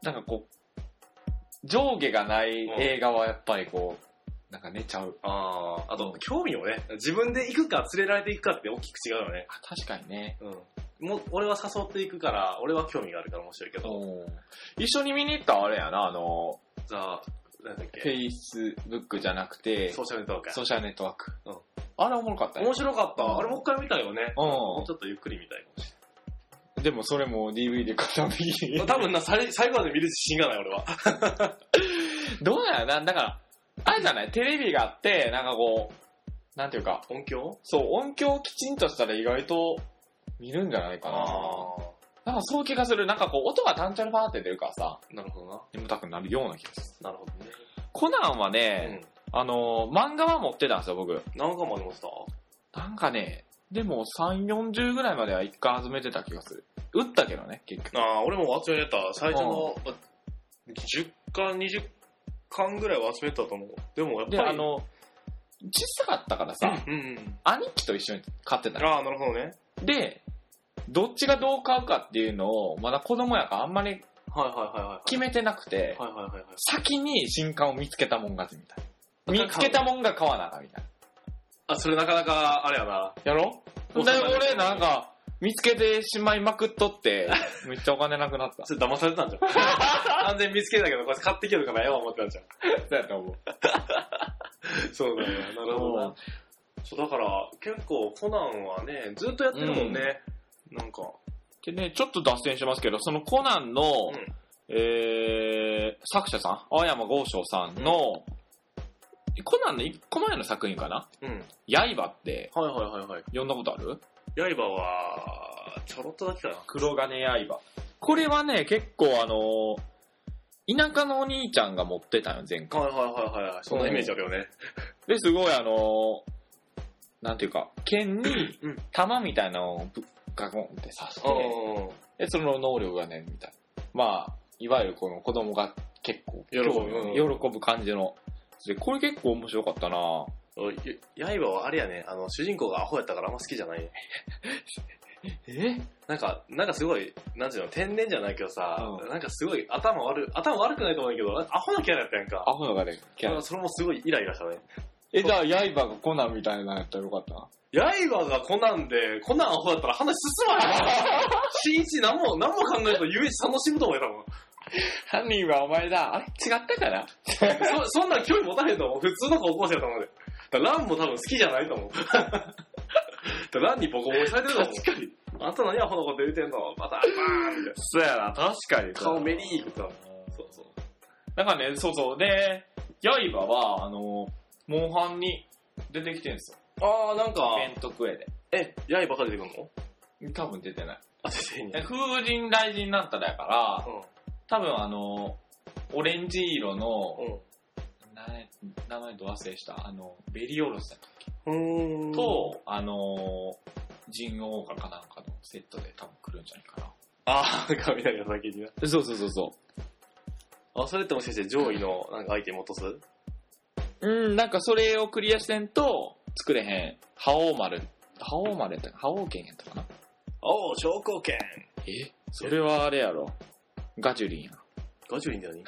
Speaker 1: なんかこう、上下がない
Speaker 2: うん
Speaker 1: 映画はやっぱりこう、なんか寝ちゃう。
Speaker 2: ああ、あと
Speaker 1: うん、
Speaker 2: 興味をね、自分で行くか連れられて行くかって大きく違うよね。
Speaker 1: あ確かにね。
Speaker 2: うん。もう、俺は誘っていくから、俺は興味があるから面白いけど、
Speaker 1: 一緒に見に行ったあれやな、あの、
Speaker 2: ザ、なんだっけ、
Speaker 1: Facebook じゃなくて、
Speaker 2: ソーシャルネットワークや
Speaker 1: ソーシャルネットワーク。
Speaker 2: うん
Speaker 1: あれおもろかったね
Speaker 2: 面白かった。あれもう一回見たいよね。もうちょっとゆっくり見たいかもし
Speaker 1: うん。でもそれも DVD 片右
Speaker 2: れ <laughs> ない。多分な、最最後まで見る自信がない、 <laughs> 俺は。
Speaker 1: <laughs> どうだよな、だから、あれじゃないテレビがあって、なんかこう、なんていうか、
Speaker 2: 音響
Speaker 1: そう、音響をきちんとしたら意外と見るんじゃないかな。なんかそう気がする。なんかこう、音が単調にパーって出るからさ、
Speaker 2: ー。なるほどな。
Speaker 1: 眠たくなるような気がす
Speaker 2: なるほどね。
Speaker 1: る。コナンはね、あのー、漫画は持ってたんですよ、僕。
Speaker 2: うん。何巻まで持ってた
Speaker 1: なんかね、でも3、40ぐらいまでは一回集めてた気がする。打ったけどね、結局。
Speaker 2: ああ、俺も集めれた。最初の、 10巻、20巻ぐらいは集めてたと思う。でもやっぱ
Speaker 1: で、。
Speaker 2: り
Speaker 1: あ、の、小さかったからさ、
Speaker 2: うんうん。
Speaker 1: 兄貴と一緒に買ってたの
Speaker 2: ああ、なるほどね。
Speaker 1: で、どっちがどう買うかっていうのを、まだ子供やからあんまり
Speaker 2: はいはいはいはい。
Speaker 1: 決めてなくて、
Speaker 2: はいはいはいはい。
Speaker 1: 先に新刊を見つけたもん勝ちみたい
Speaker 2: 買
Speaker 1: な。
Speaker 2: う
Speaker 1: 見つけたもんが買わなあかんみたい
Speaker 2: あ、それなかなか、あれやな。
Speaker 1: な。やろで、
Speaker 2: お金ない
Speaker 1: 俺なんか、見つけてしまいまくっと <laughs> って、めっちゃお金なくなった。
Speaker 2: それ騙されてたんじ <laughs> ゃん。完全に見つけたけど、これ買ってきよるかな、やわ思ってたんじゃん。
Speaker 1: そうやと思う。
Speaker 2: そうだね。なるほどな。そう、だから、結構、コナンはね、ずっとやってるもんね。なんか、
Speaker 1: でね、ちょっと脱線しますけど、そのコナンの、
Speaker 2: うん
Speaker 1: えー、作者さん、青山剛昌さんの、コナンの一個前の作品かな
Speaker 2: うん。
Speaker 1: 刃って、
Speaker 2: はいはいはいはい。
Speaker 1: 読んだことある
Speaker 2: 刃は、ちょろっとだけかな。
Speaker 1: 黒金刃。これはね、結構あのー田舎のお兄ちゃんが持ってたの、前回。
Speaker 2: はいはいはいはい。そんなイメージあるよね。
Speaker 1: で、すごいあのーなんていうか、剣に
Speaker 2: うん
Speaker 1: 弾みたいなのをぶっガゴンって刺して、
Speaker 2: うん。
Speaker 1: で、その能力がね、みたいな。まあ、いわゆるこの子供が結構
Speaker 2: 喜ぶ
Speaker 1: 喜ぶ感じの。で、これ結構面白かったな
Speaker 2: おいや刃はあれやね、あの、主人公がアホやったからあんま好きじゃないね。
Speaker 1: え
Speaker 2: なんか、なんかすごい、なんていうの、天然じゃないけどさ、
Speaker 1: う
Speaker 2: なんかすごい頭悪い、頭悪くないと思うんだけど、なんかアホなキャラやったやんか。
Speaker 1: アホのがね、キャラ。
Speaker 2: それもすごいイライラしたね。
Speaker 1: え、じゃあ、刃がコナンみたいなのやったらよかったな。
Speaker 2: 刃がコナンで、コナンアホだったら話進まへんわ。 <laughs> 新一何も、何も考えると遊園地楽しむと思うよ、
Speaker 1: 犯人はお前だ。あれ違ったかな
Speaker 2: 多分。そ、そんなん興味持たれへんと思う。普通の高校生だと思うで。だからランも多分好きじゃないと思う。だ <laughs> からランにボコボコにされてると思う。確かに。あんた何アホなこと言うてんのまた、バーンみたいな。
Speaker 1: そうやな、確かに
Speaker 2: 顔メリーみたいな。そうそう。
Speaker 1: なんかね、そうそう。で、刃は、あの、モンハンに出てきてるんですよ。
Speaker 2: あー、なんか、
Speaker 1: ベントクエで。
Speaker 2: え、刃が出てくるの
Speaker 1: 多分出てない。
Speaker 2: あ、出てんね
Speaker 1: で風神雷神なんたらやから、
Speaker 2: う
Speaker 1: 多分あの、オレンジ色の、
Speaker 2: ん。
Speaker 1: な名前ど忘れした、あの、ベリオロスだっけ
Speaker 2: うん。うーん。
Speaker 1: と、あのー、神王かかなんかのセットで多分来るんじゃないかな。
Speaker 2: あー、雷が先にな。
Speaker 1: そうそうそうそ
Speaker 2: あ、それってもしかして上位のなんかアイテム落とす
Speaker 1: う。うん、なんかそれをクリアしてんと、作れへん。覇王丸。覇王丸やったか覇王剣やったかな。
Speaker 2: おう、昇降券
Speaker 1: えそれはあれやろ。ガジュリンや
Speaker 2: ガジュリン
Speaker 1: <laughs>
Speaker 2: じゃない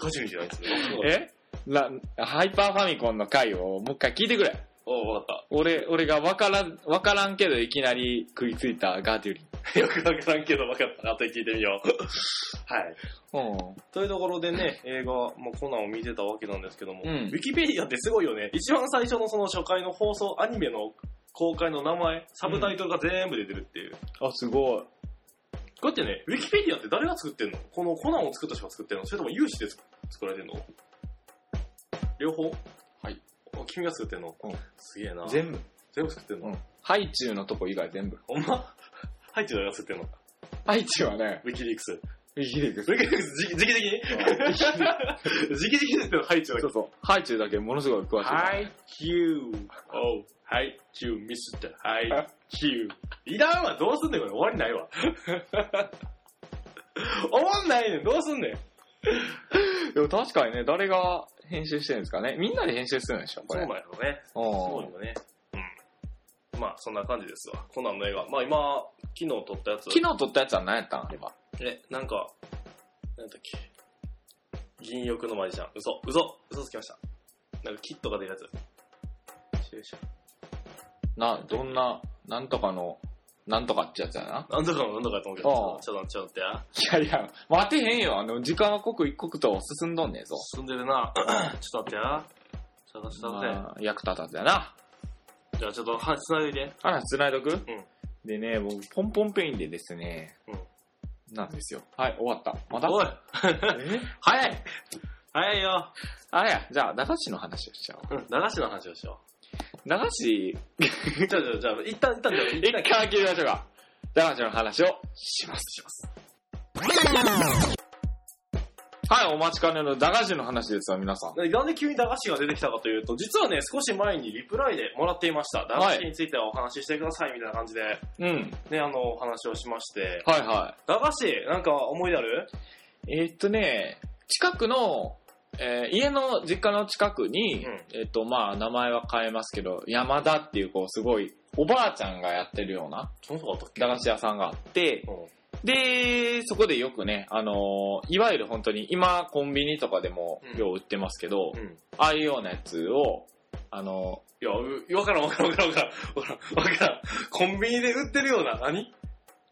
Speaker 2: ガジュリンじゃないですね。
Speaker 1: えな、ハイパーファミコンの回をもう一回聞いてくれ。
Speaker 2: おう、わかっ
Speaker 1: 俺、俺がわからん、わからんけどいきなり食いついたガジュリン。
Speaker 2: た。 <laughs> よくわからんけどわかった。後で聞いてみよう。はい。
Speaker 1: う
Speaker 2: というところでね、映画、まあ、コナンを見てたわけなんですけども、
Speaker 1: うん
Speaker 2: ウィキペディアってすごいよね。一番最初のその初回の放送、アニメの公開の名前、サブタイトルが全部出てるっていう。
Speaker 1: ん。あ、すごい。
Speaker 2: こうやってね、ウィキペディアって誰が作ってんのこのコナンを作った人が作ってんのそれとも有志で作作られてんの両方
Speaker 1: はい。
Speaker 2: お君が作ってんの
Speaker 1: うん
Speaker 2: すげえな。
Speaker 1: 全部。
Speaker 2: 全部作ってんの、
Speaker 1: うんハイチュウのとこ以外全部。
Speaker 2: ほんまハイチュウが作ってんの
Speaker 1: ハイチュウはね、
Speaker 2: ウィキリークス。ウ
Speaker 1: ウィキリークス
Speaker 2: ィキリークス、じ、じきじきにじきじきですよ、ハイチュウ
Speaker 1: そ
Speaker 2: だ
Speaker 1: うそう。ハイチュウだけものすごい詳
Speaker 2: け。
Speaker 1: しいから。
Speaker 2: イチュウ。おう、ハイチュウ、ミスター、ハイチュウ。いらんわ、どうすんねん、これ。終わりない <laughs> わ。終わんないねん、どうすんねん。
Speaker 1: でも確かにね、誰が編集してるんですかね。みんなで編集するんでしょ、こ
Speaker 2: そう
Speaker 1: れ。
Speaker 2: なんやろね。そうよね。うん。まあ、そんな感じですわ。コナンの映画。まあ、今、昨日撮ったやつ。
Speaker 1: 昨日撮ったやつは何やったんあれは。
Speaker 2: え、なんか、なんだっけ。銀翼のマジシャン。嘘、嘘、嘘つきました。なんかキットが出るやつ。よいしょ
Speaker 1: な、どんな、なんとかの、なんとかってやつやな。
Speaker 2: なんとかもなんとかやと思うけ
Speaker 1: あ
Speaker 2: ど
Speaker 1: あ、
Speaker 2: ちょっと、ちょっと待ってや。
Speaker 1: いやいや、待てへんよ。あの、時間は刻一刻と進んどんねえぞ。
Speaker 2: 進んでるな。 <coughs> ちょっと待ってや。探し探せ。
Speaker 1: まあ、役立たずやな。
Speaker 2: じゃあちょっと話つないでいて。
Speaker 1: あら、つないどく、
Speaker 2: ん
Speaker 1: でね、僕、ポンポンペインでですね、
Speaker 2: うん
Speaker 1: なんですよ。はい、終わった。また
Speaker 2: おい
Speaker 1: え早い
Speaker 2: 早いよ。 <laughs>
Speaker 1: あや、じゃあ、駄菓子の話をしちゃおう。
Speaker 2: うん、流しの話をしよ
Speaker 1: 駄菓子、 <laughs>
Speaker 2: う。じゃあじゃあじゃあ、一旦、一旦じゃあ、一
Speaker 1: 一
Speaker 2: 旦。
Speaker 1: 回切りましょうか。ダラジの話をします。はい、お待ちかねの駄菓子の話ですわ、皆さん。
Speaker 2: でなんで急に駄菓子が出てきたかというと、実はね、少し前にリプライでもらっていました。駄菓子についてはお話ししてくださいみたいな感じで、
Speaker 1: うん。
Speaker 2: ね、あの、お話をしまして。
Speaker 1: はいは
Speaker 2: 駄菓子、なんか思い出ある
Speaker 1: い。えーっとね、近くの、えー家の実家の近くに、
Speaker 2: うん
Speaker 1: えーっと、まあ、名前は変えますけど、山田っていう、こう、すごい、おばあちゃんがやってるような
Speaker 2: そのとこあったっけ
Speaker 1: 駄菓子屋さんがあって、
Speaker 2: うん。
Speaker 1: で、そこでよくね、あのーいわゆる本当に、今、コンビニとかでも
Speaker 2: う、ん
Speaker 1: よう売ってますけど、
Speaker 2: うん。
Speaker 1: ああいうようなやつを、あの
Speaker 2: いや、うわからんわからんわからんわからん。わからん。コンビニで売ってるような、何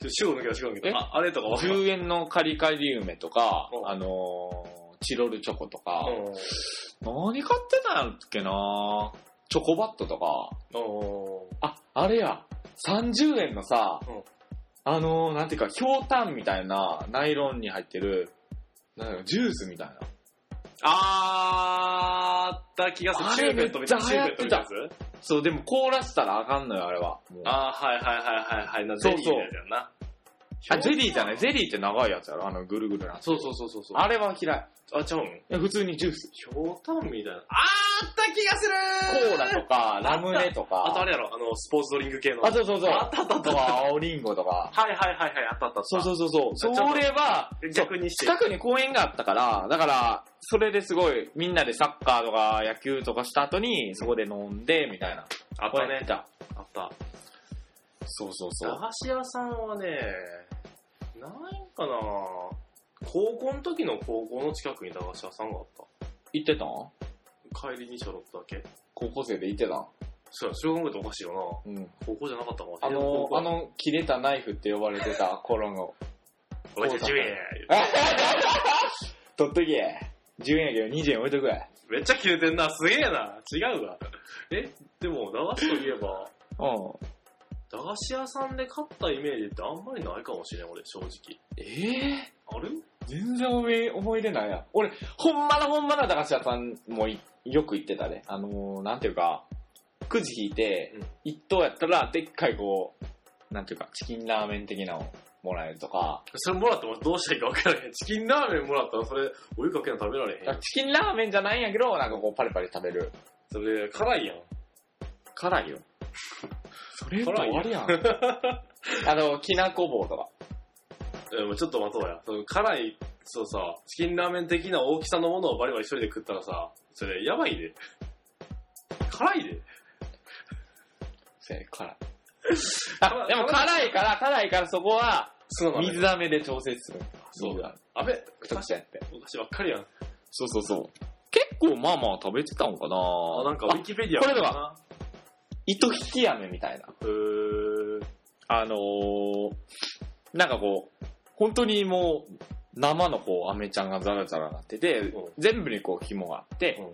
Speaker 2: ちょ、週を抜けた週を抜け
Speaker 1: え
Speaker 2: た。あ、あれとか
Speaker 1: ー、
Speaker 2: わからん。
Speaker 1: 10円のカリカリ梅とか
Speaker 2: う、ん
Speaker 1: あのーチロルチョコとか、
Speaker 2: うん
Speaker 1: 何買ってたんやっけなチョコバットとか、
Speaker 2: お
Speaker 1: あ、あれや、30円のさ、
Speaker 2: うん
Speaker 1: あのー、なんていうか、ひょうたんみたいな、ナイロンに入ってる、なんだろう、ジュースみたいな。
Speaker 2: あーあった気がする。
Speaker 1: あ
Speaker 2: チュ
Speaker 1: れ
Speaker 2: ーベットみたいな。
Speaker 1: めっ
Speaker 2: チ
Speaker 1: ち
Speaker 2: ュ
Speaker 1: ゃ
Speaker 2: ー
Speaker 1: 流
Speaker 2: ベ
Speaker 1: 行っ
Speaker 2: ッ
Speaker 1: てた
Speaker 2: トみたいなやつ
Speaker 1: そう、でも凍らしたらあかんのよ、あれは。もうあ
Speaker 2: あーはいはいはいはいはい。なゼリーみたいなやつやな。
Speaker 1: ゼリーじゃない、ゼリーって長いやつやろ、あの、ぐるぐるな。
Speaker 2: そうそうそうそうそう。
Speaker 1: あれは嫌い。
Speaker 2: あ、ちゃうん
Speaker 1: え普通にジュース。
Speaker 2: ひょうたんみたいな。あーあった気がする
Speaker 1: コーラと
Speaker 2: <laughs>
Speaker 1: か、ラムネとか。
Speaker 2: あとあれやろ、あの、スポーツドリンク系の。
Speaker 1: あそうそうそう。
Speaker 2: あったあったあった
Speaker 1: とか、青リンゴとか。
Speaker 2: はいはいはいはい、あったあったあった。
Speaker 1: そうそうそうそう。そ
Speaker 2: あちょっと
Speaker 1: れは、
Speaker 2: 逆にして。
Speaker 1: 近くに公園があったから、だから、それですごい、みんなでサッカーとか野球とかした後に、そこで飲んで、みたいな。
Speaker 2: あったね。
Speaker 1: た。
Speaker 2: あった。
Speaker 1: そうそうそ
Speaker 2: 駄
Speaker 1: う。
Speaker 2: 菓子屋さんはね、ないかな高校の時の高校の近くに駄菓子屋さんがあっ
Speaker 1: 行ってたん
Speaker 2: た。帰りにしょろっとだけ。
Speaker 1: 高校生で行ってたん
Speaker 2: そうや、小学校っておかしいよな。
Speaker 1: うん。
Speaker 2: 高校じゃなかったかも
Speaker 1: あの、あ
Speaker 2: の、
Speaker 1: の、切れたナイフって呼ばれてた頃の。
Speaker 2: おいちゃん10円や
Speaker 1: 取っとけ。10円やけど20円置いとくわ。
Speaker 2: めっちゃ切れてんな、すげえな。違うわ。え、でも、駄菓子といえば、
Speaker 1: うん。
Speaker 2: 駄菓子屋さんで買ったイメージってあんまりないかもしれん、俺、正直。
Speaker 1: ええ
Speaker 2: ある
Speaker 1: 全然思い思い出ないや。俺、ほんまのほんまの駄菓子屋さんもいよく行ってたで。あのー、なんていうか、くじ引いて
Speaker 2: うん、
Speaker 1: 一等やったら、でっかいこう、なんていうか、チキンラーメン的なのをもらえるとか、
Speaker 2: それもらってもどうしたらいいか分からへん。チキンラーメンもらったらそれ、お湯かけな食べられへんやん。
Speaker 1: チキンラーメンじゃないんやけど、なんかこう、パリパリ食べる。
Speaker 2: それ、辛いやん。
Speaker 1: 辛いよ。それと
Speaker 2: 辛い
Speaker 1: 終
Speaker 2: よ
Speaker 1: わりやん。 <laughs> あの、きなこ棒とか。
Speaker 2: えもうちょっと待とうや。その辛い、そうさ、チキンラーメン的な大きさのものをバリバリ一人で食ったらさ、それ、やばいで。辛いで。
Speaker 1: せや辛い。あ、でも辛いから、辛いからそこは、
Speaker 2: そうなの。
Speaker 1: 水飴で調整する。
Speaker 2: そう
Speaker 1: 水飴。
Speaker 2: あべ、お
Speaker 1: 二
Speaker 2: 菓
Speaker 1: 口
Speaker 2: 子、
Speaker 1: やって。
Speaker 2: お菓子ばっかりやん。
Speaker 1: そうそうそう。結構まあまあ食べてたのかな
Speaker 2: あ、なんか、ウ
Speaker 1: あ
Speaker 2: ィキペディア
Speaker 1: これだ
Speaker 2: か。
Speaker 1: 糸引き飴みたいな。
Speaker 2: うーん。
Speaker 1: あのー、なんかこう、本当にもう、生のこう、飴ちゃんがザラザラなってて、
Speaker 2: うん
Speaker 1: 全部にこう紐があって、
Speaker 2: うん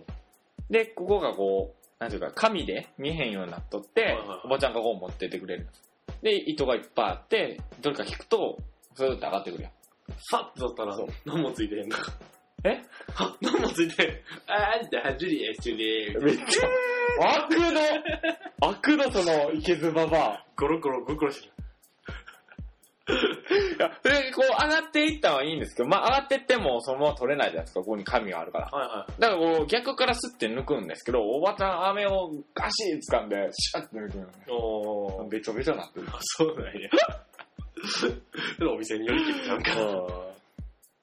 Speaker 1: で、ここがこう、なんていうか、紙で見えへんようになっとって、
Speaker 2: いはいはい
Speaker 1: おばちゃんがこう持ってってくれる。で、糸がいっぱいあって、どれか引くと、それって上がってくるやん。
Speaker 2: さっとだったら
Speaker 1: そう、
Speaker 2: 何もついてへんの。
Speaker 1: え
Speaker 2: あ何もついてへん。あーって、はじりえ、ジュリー。
Speaker 1: めっちゃ、悪の、悪のその、いけずばばあ。
Speaker 2: ゴロゴロゴロゴロしてる。
Speaker 1: いや、それでこう上がっていったのはいいんですけど、まあ上がってってもそのまま取れないじゃないですか、ここに紙があるから。
Speaker 2: はいはい。
Speaker 1: だからこう逆からスッて抜くんですけど、おばちゃん飴をガシッ掴んで、シャッて抜くのね。
Speaker 2: おー。
Speaker 1: べちょべちょなってる。
Speaker 2: あ、 <laughs> そうなんや。それお店によりきりちゃうか。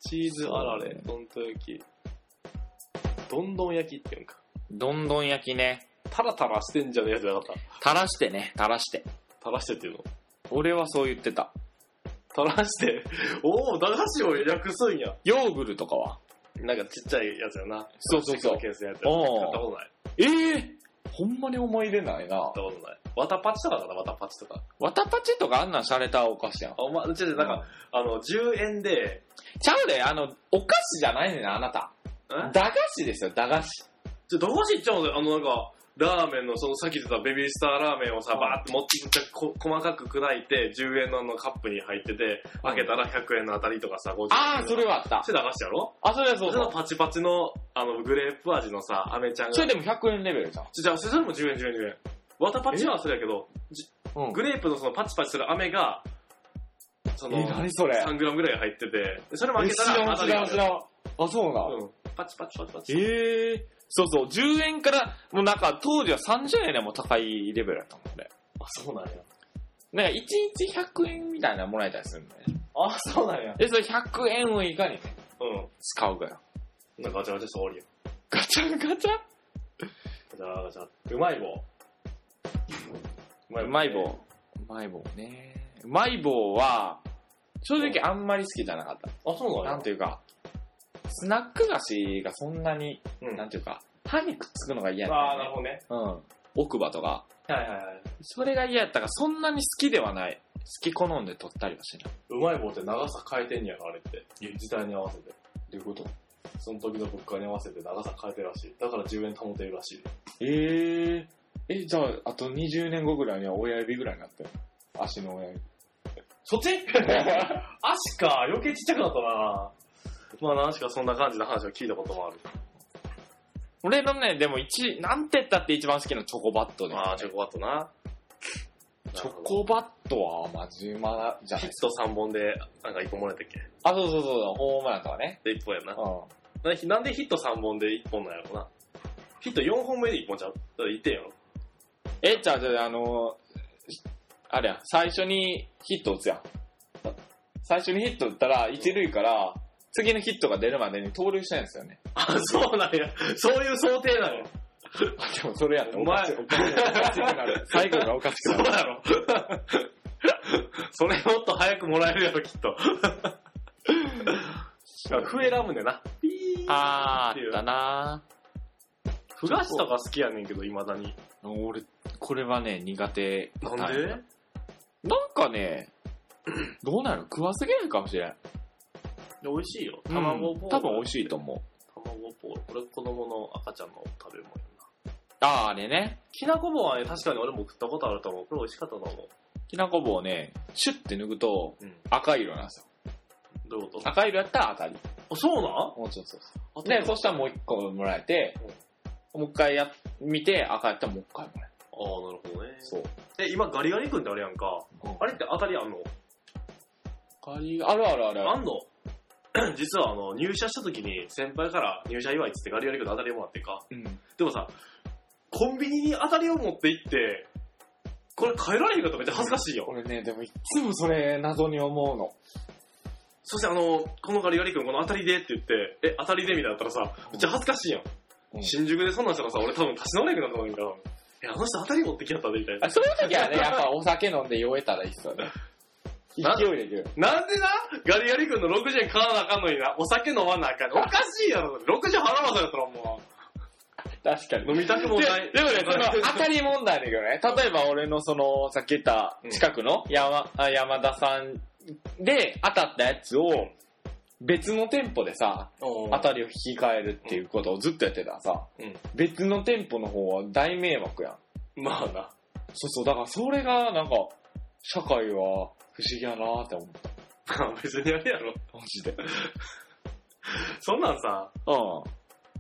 Speaker 2: チーズあられ、どんと焼き。どんどん焼きっていうんか。
Speaker 1: どんどん焼きね、
Speaker 2: タラタラしてんじゃねえやつじゃなかっ
Speaker 1: 垂らしてね、垂らして。
Speaker 2: た。タラしてっていうの。
Speaker 1: 俺はそう言ってた。
Speaker 2: タラして、おお、駄菓子を略すんや。
Speaker 1: ヨーグルとかは
Speaker 2: なんかちっちゃいやつやな。
Speaker 1: そうそうそう
Speaker 2: プラスチックのケースのやつや。
Speaker 1: おー
Speaker 2: 買ったことない。
Speaker 1: ええほんまに思い出ないな。
Speaker 2: 買ったことない。わたパチとかだな、わたパチとか。
Speaker 1: わたパチとかあんなん洒落たお菓子やん
Speaker 2: あ、。お前、ちょちょ、なんか、あの、10円で、
Speaker 1: ちゃうで、あの、お菓子じゃないねんな、あなた。駄
Speaker 2: ん
Speaker 1: 菓子ですよ、駄菓子。
Speaker 2: ちょ、どこし行っちゃうんだよ。あの、なんか、ラーメンの、そのさっき言ってたベビースターラーメンをさ、
Speaker 1: うん
Speaker 2: バーって持ってきて、こ細かく砕いて、10円のあのカップに入ってて、開けたら100円のあたりとかさ、50円。
Speaker 1: ああ、それ
Speaker 2: は。
Speaker 1: はあった
Speaker 2: そ。れ駄菓子やろ
Speaker 1: あ、それはそ
Speaker 2: そうれ
Speaker 1: そう
Speaker 2: の。パチパチの、あの、グレープ味のさ、飴ちゃんが。
Speaker 1: それでも100円レベルじゃん。
Speaker 2: ちょじゃあ、それでも10円、10円、10円。わたパチはそれやけど、
Speaker 1: うん
Speaker 2: グレープのそのパチパチする飴が、その、
Speaker 1: え、何それ
Speaker 2: 3グラムぐらい入ってて、でそれも
Speaker 1: え
Speaker 2: 開け
Speaker 1: 知
Speaker 2: た
Speaker 1: ら
Speaker 2: ら
Speaker 1: ん、
Speaker 2: 当
Speaker 1: 知
Speaker 2: たり
Speaker 1: ら
Speaker 2: が
Speaker 1: ん、
Speaker 2: あ
Speaker 1: 知
Speaker 2: る
Speaker 1: らん。あ、そうな。
Speaker 2: うん。パチパチパチパチ。
Speaker 1: ええそうそう、10円から、もうなんか当時は30円でも高いレベルだったもんね。
Speaker 2: あ、そうなんや。
Speaker 1: なんか1日100円みたいなのもらえたりするんだよね。
Speaker 2: あ、そうなんや。
Speaker 1: で、それ100円をいかにね、
Speaker 2: う
Speaker 1: 使うから。
Speaker 2: ん。なんかガチャガチャして終わりよ。
Speaker 1: <laughs> ガチャンガチャ
Speaker 2: ガチャガチャ。うまい棒。
Speaker 1: うまい棒。うまい棒ね。うまい棒は、正直あんまり好きじゃなかった。
Speaker 2: あ、そう
Speaker 1: な
Speaker 2: な
Speaker 1: んん
Speaker 2: や
Speaker 1: ていうか、スナック菓子がそんなに、
Speaker 2: うん。
Speaker 1: なんていうか、歯にくっつくのが嫌や
Speaker 2: ああ、な
Speaker 1: っ
Speaker 2: るほどね。
Speaker 1: た、うん。奥歯とか。
Speaker 2: はいはいはい。
Speaker 1: それが嫌やったから、そんなに好きではない。好き好んで取ったりはしない。
Speaker 2: うまい棒って長さ変えてんねやろ、あれって。時代に合わせて。どういうことその時の物価に合わせて長さ変えてるらしい。だから10円保てるらしい。
Speaker 3: えええ、じゃあ、あと20年後ぐらいには親指ぐらいになってる。足の親指。
Speaker 2: そっ <laughs> ち足か、余計ちっちゃくなったなまあ、何しかそんな感じの話を聞いたこともある。
Speaker 1: 俺のね、でも一、なんて言ったって一番好きなチョコバットです、ね。
Speaker 2: まあ、チョコバットな。
Speaker 1: チョコバットは、まあ、10万じゃな
Speaker 2: ヒ
Speaker 1: い
Speaker 2: ッ。ト3本で、なんか1本もらえたっけ
Speaker 1: あ、そうそうそうそう、ホームランとかね。
Speaker 2: で、1本やな。
Speaker 1: う
Speaker 2: なんでなんでヒット3本で1本なんやろな。ヒット4本目で1本ちゃうだから1点やろ。
Speaker 1: ん。え、じゃあ、じゃあ、あのー、あれや、最初にヒット打つやん。最初にヒット打ったら、一塁から、次のヒットが出るまでに盗塁したいんですよね。
Speaker 2: あ、そうなんや。そういう想定なの。
Speaker 1: あでもそれやったら
Speaker 2: お
Speaker 1: お
Speaker 2: 前
Speaker 1: かしい、おかしい、おかしくなる。 <laughs> 最後がおかしく
Speaker 2: <laughs> そう
Speaker 1: なる。
Speaker 2: だろ。 <laughs> それもっと早くもらえるやろ、きっと。笛選ぶねんな。
Speaker 1: あ
Speaker 2: ー
Speaker 1: ー、あったな
Speaker 2: ふがしとか好きやねんけど、未だに。
Speaker 1: ー俺、これはね、苦手。
Speaker 2: なんで
Speaker 1: なんかね、どうなる食わすぎないかもしれん。
Speaker 2: 美味しいよ。
Speaker 1: うん
Speaker 2: 卵ポール。
Speaker 1: 多分美味しいと思う。
Speaker 2: 卵ポール。これ子供の赤ちゃんの食べ物やな。
Speaker 1: あー、あれね。
Speaker 2: きなこ棒はね、確かに俺も食ったことあると思う。これ美味しかったと思う。
Speaker 1: きなこ棒をね、シュッて抜くと
Speaker 2: うん。
Speaker 1: 赤い色なんですよ。
Speaker 2: どういうことあ、
Speaker 1: 赤い色やったら当たり。
Speaker 2: そうなん
Speaker 1: もうちょっとそうそ
Speaker 2: あ
Speaker 1: う。で、そしたらもう一個もらえて、もう一回や、見て赤やったらもう一回もらえる。
Speaker 2: ああ、なるほどね。
Speaker 1: そう。
Speaker 2: え、今ガリガリ君ってあれやんか。あ
Speaker 1: あれ
Speaker 2: れって当たりあんの
Speaker 1: 赤い、あるあるあるあ
Speaker 2: あ
Speaker 1: る。
Speaker 2: んの <clears throat> 実はあの、入社した時に先輩から入社祝いっつってガリガリ君の当たりをもらってんか。
Speaker 1: うん。
Speaker 2: でもさ、コンビニに当たりを持って行って、これ変えられへんかったらめっちゃ恥ずかしいよ。
Speaker 3: 俺ね、でも、
Speaker 1: いつもそれ謎に思うの。
Speaker 2: そしてあの、このガリガリ君この当たりでって言って、え、当たりでみたいになったらさ、めっちゃ恥ずかしいやん。
Speaker 3: うん
Speaker 2: 新宿でそんなんしたらさ、俺多分立ち直れなくなったのにから、え、あの人当たり持ってきやったでみたいな
Speaker 1: あ。そういう時は <laughs> ね、やっぱお酒飲んで酔えたらいいっすよね。
Speaker 2: な
Speaker 1: 勢いでいける。
Speaker 2: なんでなガリガリ君の60円買わなあかんのにな、お酒飲まなあかん。おかしいやろ、60払わされたらも
Speaker 1: 確かに
Speaker 2: う。。飲みたくも
Speaker 1: で
Speaker 2: ない。
Speaker 1: でもね、その当たり問題だけどね、 <laughs> 例えば俺のその、さっき言った近くの山,、あ山田さんで当たったやつを、別の店舗でさ、
Speaker 2: 当
Speaker 1: 当たりを引き換えるっていうことをずっとやってたらさ、
Speaker 2: うん
Speaker 1: 別の店舗の方は大迷惑やん。
Speaker 2: まあな。
Speaker 1: そうそう、だからそれがなんか、社会は不思議やなーって思った。
Speaker 2: まあ別にあれやろ。
Speaker 1: マジで。
Speaker 2: そんなんさ、
Speaker 1: う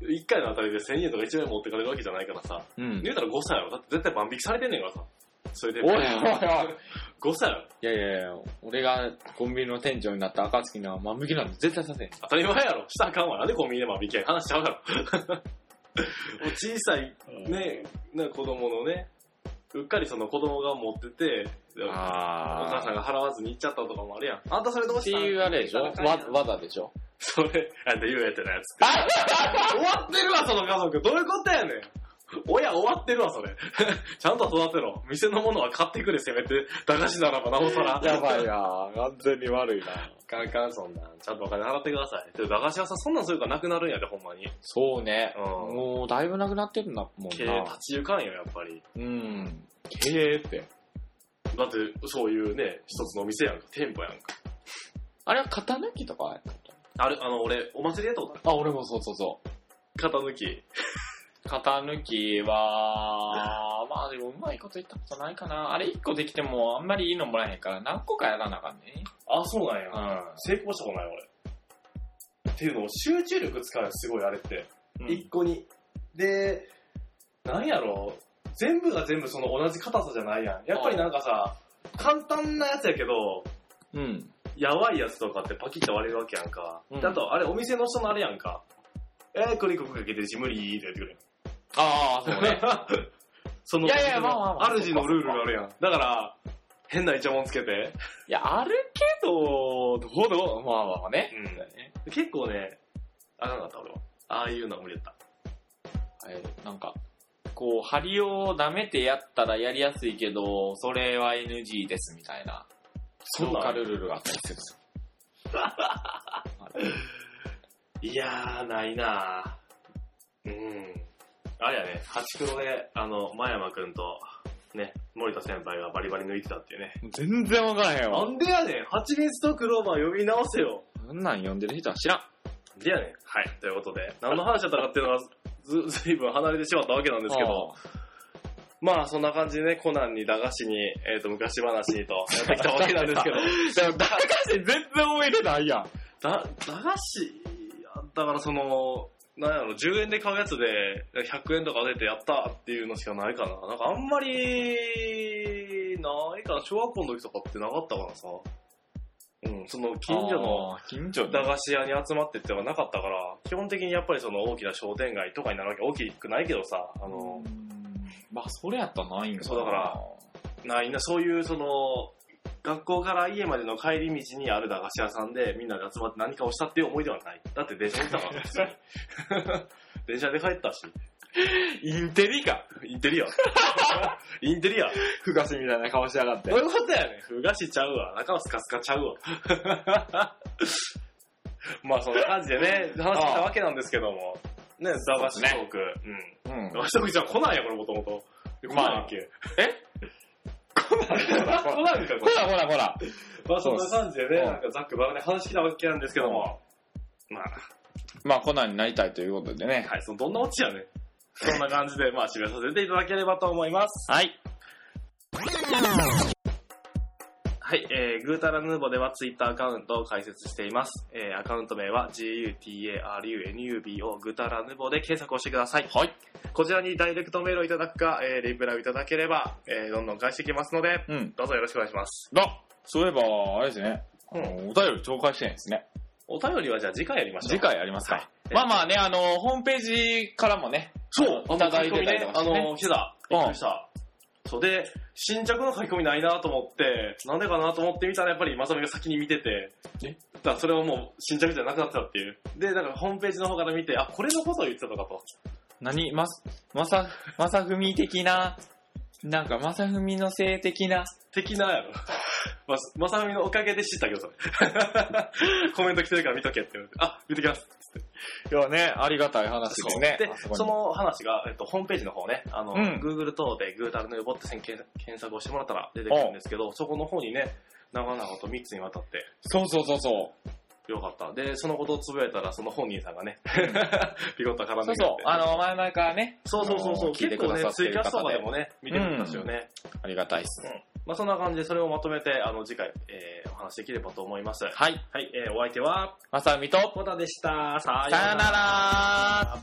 Speaker 2: 1回の当たりで1000円とか1万円持ってかれるわけじゃないからさ、
Speaker 1: ん。うん。
Speaker 2: 言うたら5歳やろ。だって絶対万引きされてんねんからさ。それで。
Speaker 1: おいおいおい。
Speaker 2: 5歳やろ。
Speaker 1: いやいやいや、俺がコンビニの店長になった暁には万引きなんて絶対させん。
Speaker 2: 当たり前やろ。したらあかんわ。なんでコンビニで万引きやん話しちゃうやろ。 <laughs> もう小さい、ね、な子供のね、うっかりその子供が持ってて、
Speaker 1: あ
Speaker 2: お母さんが払わずに行っちゃったとかもあるやん。あんたそれどう
Speaker 1: って
Speaker 2: したん
Speaker 1: いうあれでしょわ、
Speaker 2: わ、
Speaker 1: わざでしょ
Speaker 2: それ、あんた言うやってないやつ。
Speaker 1: <laughs>
Speaker 2: 終わってるわ、その家族。どういうことやねん。親終わってるわ、それ。 <laughs> ちゃんと育てろ。店のものは買ってくれ、せめて。駄菓子ならば、なおさら。
Speaker 3: ばいな完全に悪いな
Speaker 2: カンカン、そんなん。ちゃんとお金払ってください。で駄菓子屋さん、そんなんするからなくなるんやで、ほんまに。
Speaker 1: そうね。
Speaker 2: うん
Speaker 1: もう、だいぶなくなってるんだも
Speaker 2: 経
Speaker 1: ん
Speaker 2: 営立
Speaker 1: な。
Speaker 2: ち行かんよ、やっぱり。
Speaker 1: うん。経営って。
Speaker 2: だって、そういうね、一つのお店やんか、店舗やんか。
Speaker 1: あれは肩抜きとか
Speaker 2: ある、あの、俺、お祭りやったことある。
Speaker 1: あ、俺もそうそうそう。
Speaker 2: 肩抜き。
Speaker 1: 肩抜きは、まあでもうまいこと言ったことないかな。あれ一個できてもあんまりいいのもらえへんから何個かやらなあかんね。
Speaker 2: あ、そうなんや。
Speaker 1: う
Speaker 2: 成功したことない、俺。っていうのを集中力使うよすごい、あれって。
Speaker 1: ん。
Speaker 2: 一個に。で、なんやろ全部が全部その同じ硬さじゃないやん。やっぱりなんかさ、簡単なやつやけど、
Speaker 1: うん。
Speaker 2: やばいやつとかってパキッと割れるわけやんか。
Speaker 1: うん
Speaker 2: だと、あれ、お店の人のあれやんか。えー、クリコクかけてるし、無理って言ってくる
Speaker 1: ああ、そうね。 <laughs>
Speaker 2: やん。その、
Speaker 1: いやいやまあまあまあ
Speaker 2: 主のルールがあるやん。だから、変なイチャモンつけて。
Speaker 1: いや、あるけど、どうどうまあまあまあね。
Speaker 2: うん結構ね、あかんかった俺は。ああいうのは無理やった。
Speaker 1: はいなんか、こう、針を舐めてやったらやりやすいけど、それは NG ですみたいな、
Speaker 2: そん
Speaker 1: ロ
Speaker 2: な
Speaker 1: ー
Speaker 2: ん
Speaker 1: カルルールがあったりするんですよ
Speaker 2: いやー、ないなーうん。あれやね、ハチクロで、あの、真山くんと、ね、森田先輩がバリバリ抜いてたっていうね。
Speaker 1: 全然わからへん
Speaker 2: な
Speaker 1: わ。
Speaker 2: んでやねん蜂蜜とクローバー呼び直せよ
Speaker 1: そんなん呼んでる人は知らん。
Speaker 2: でやねんはい、ということで、何の話だったかっていうのはず、ずいぶん離れてしまったわけなんですけど、まあそんな感じでね、コナンに駄菓子に、えっ、と、昔話にと、やってきたわけなんですけ <laughs> ど、
Speaker 1: ああ。だから、全然思い出ないやん。
Speaker 2: だ、駄菓子、だからその、なんやろ、10円で買うやつで、100円とか出てやったっていうのしかないかな。なんかあんまり、ないかな。小学校の時とかってなかったからさ。うん、その近所の
Speaker 1: あー。近所
Speaker 2: 駄菓子屋に集まってってのがなかったから、基本的にやっぱりその大きな商店街とかになるわけ、大きくないけどさ、あ
Speaker 1: あ
Speaker 2: の、
Speaker 1: まあ、それやったらないんかな
Speaker 2: そうだから、ないな、そういうその、学校から家までの帰り道にある駄菓子屋さんでみんなで集まって何かをしたっていう思い出はない。だって電車に行ったから、普通 <laughs> に電車で帰ったし。
Speaker 1: インテリか。
Speaker 2: インテリ <laughs> ア。インテリア。
Speaker 1: ふがしみたいな顔しやがって
Speaker 2: どう。いうことやねん。ふがしちゃうわ。中はスカスカちゃうわ。 <laughs> まあそんな感じでね、話したわけなんですけども。ね、駄菓子トーク。うん。
Speaker 1: うん。
Speaker 2: あ、一口じゃ来ないや、これもともと。
Speaker 1: まあ
Speaker 2: 来ないっけ <laughs> 来ない
Speaker 1: 来
Speaker 2: んか、こ
Speaker 1: ほらほらほら。
Speaker 2: れ。まあ、そんな感じで
Speaker 1: う
Speaker 2: ね、
Speaker 1: ん
Speaker 2: なんかざっくばらんに話したわけなんですけども。まあ、
Speaker 1: まあ、コナンになりたいということでね。
Speaker 2: はい、そのどんなオチやねん。そんな感じで、まあ、締めさせていただければと思います。
Speaker 1: はい。
Speaker 2: はい、えー、グータラヌーボではツイッターアカウントを開設しています。えー、アカウント名は GUTARUNUBO グータラヌーボで検索をしてください。
Speaker 1: はい。
Speaker 2: こちらにダイレクトメールをいただくか、えー、リプラをいただければ、えー、どんどん返していきますので、
Speaker 1: うん。
Speaker 2: どうぞよろしくお願いします。
Speaker 1: だ、そういえば、あれですね。
Speaker 2: うん
Speaker 1: あのお便り紹介してないですね。
Speaker 2: お便りはじゃあ次回やりましょう。
Speaker 1: 次回ありますか。
Speaker 2: はい
Speaker 1: まあまあね、あの、ホームページからもね。
Speaker 2: そう、
Speaker 1: いただいてたりとか
Speaker 2: あ
Speaker 1: してね
Speaker 2: の、来てた。
Speaker 1: う
Speaker 2: び
Speaker 1: ん
Speaker 2: っくりした。そうで、新着の書き込みないなと思って、なんでかなと思ってみたら、やっぱり今さみが先に見てて、
Speaker 1: え
Speaker 2: だからそれをもう新着じゃなくなってたっていう。で、なんかホームページの方から見て、あ、これのことを言ってたのかと。
Speaker 1: 何ま、まさ、まさふみ的な、なんかまさふみの性的な。
Speaker 2: 的なやろ。 <laughs> ままさみのおかげで知ったけど、それ。 <laughs> コメント来てるから見とけって言われて。あ、見ときます。
Speaker 1: いやね、ありがたい話ですね。
Speaker 2: で
Speaker 1: あ、そこに
Speaker 2: その話が、えっと、ホームページの方ね、あの、
Speaker 1: うん
Speaker 2: Google 等でグータルヌーボって検検索をしてもらったら出てくるんですけど、そこの方にね、長々と3つにわたって
Speaker 1: そうそうそうそう。
Speaker 2: よかった。で、そのことをつぶやいたら、その本人さん
Speaker 1: <laughs>
Speaker 2: がね、ピコッと絡ん
Speaker 1: そう
Speaker 2: でくれて
Speaker 1: そう、あの、前々からね、
Speaker 2: そうそうそうそ
Speaker 1: あ
Speaker 2: う、
Speaker 1: の聞いて
Speaker 2: 結
Speaker 1: く
Speaker 2: 構
Speaker 1: ださっ
Speaker 2: ね、
Speaker 1: て
Speaker 2: ツイ
Speaker 1: る
Speaker 2: キャスと
Speaker 1: 方
Speaker 2: かで
Speaker 1: で
Speaker 2: もね、見てくれたんですよね。
Speaker 1: ありがたいっす。
Speaker 2: まあそんな感じで、それをまとめて、あの、次回、えー、お話しできればと思います。はい、
Speaker 1: はい、
Speaker 2: えー、お相手は、
Speaker 1: まさみと、
Speaker 2: コタでした。さ
Speaker 1: さよなら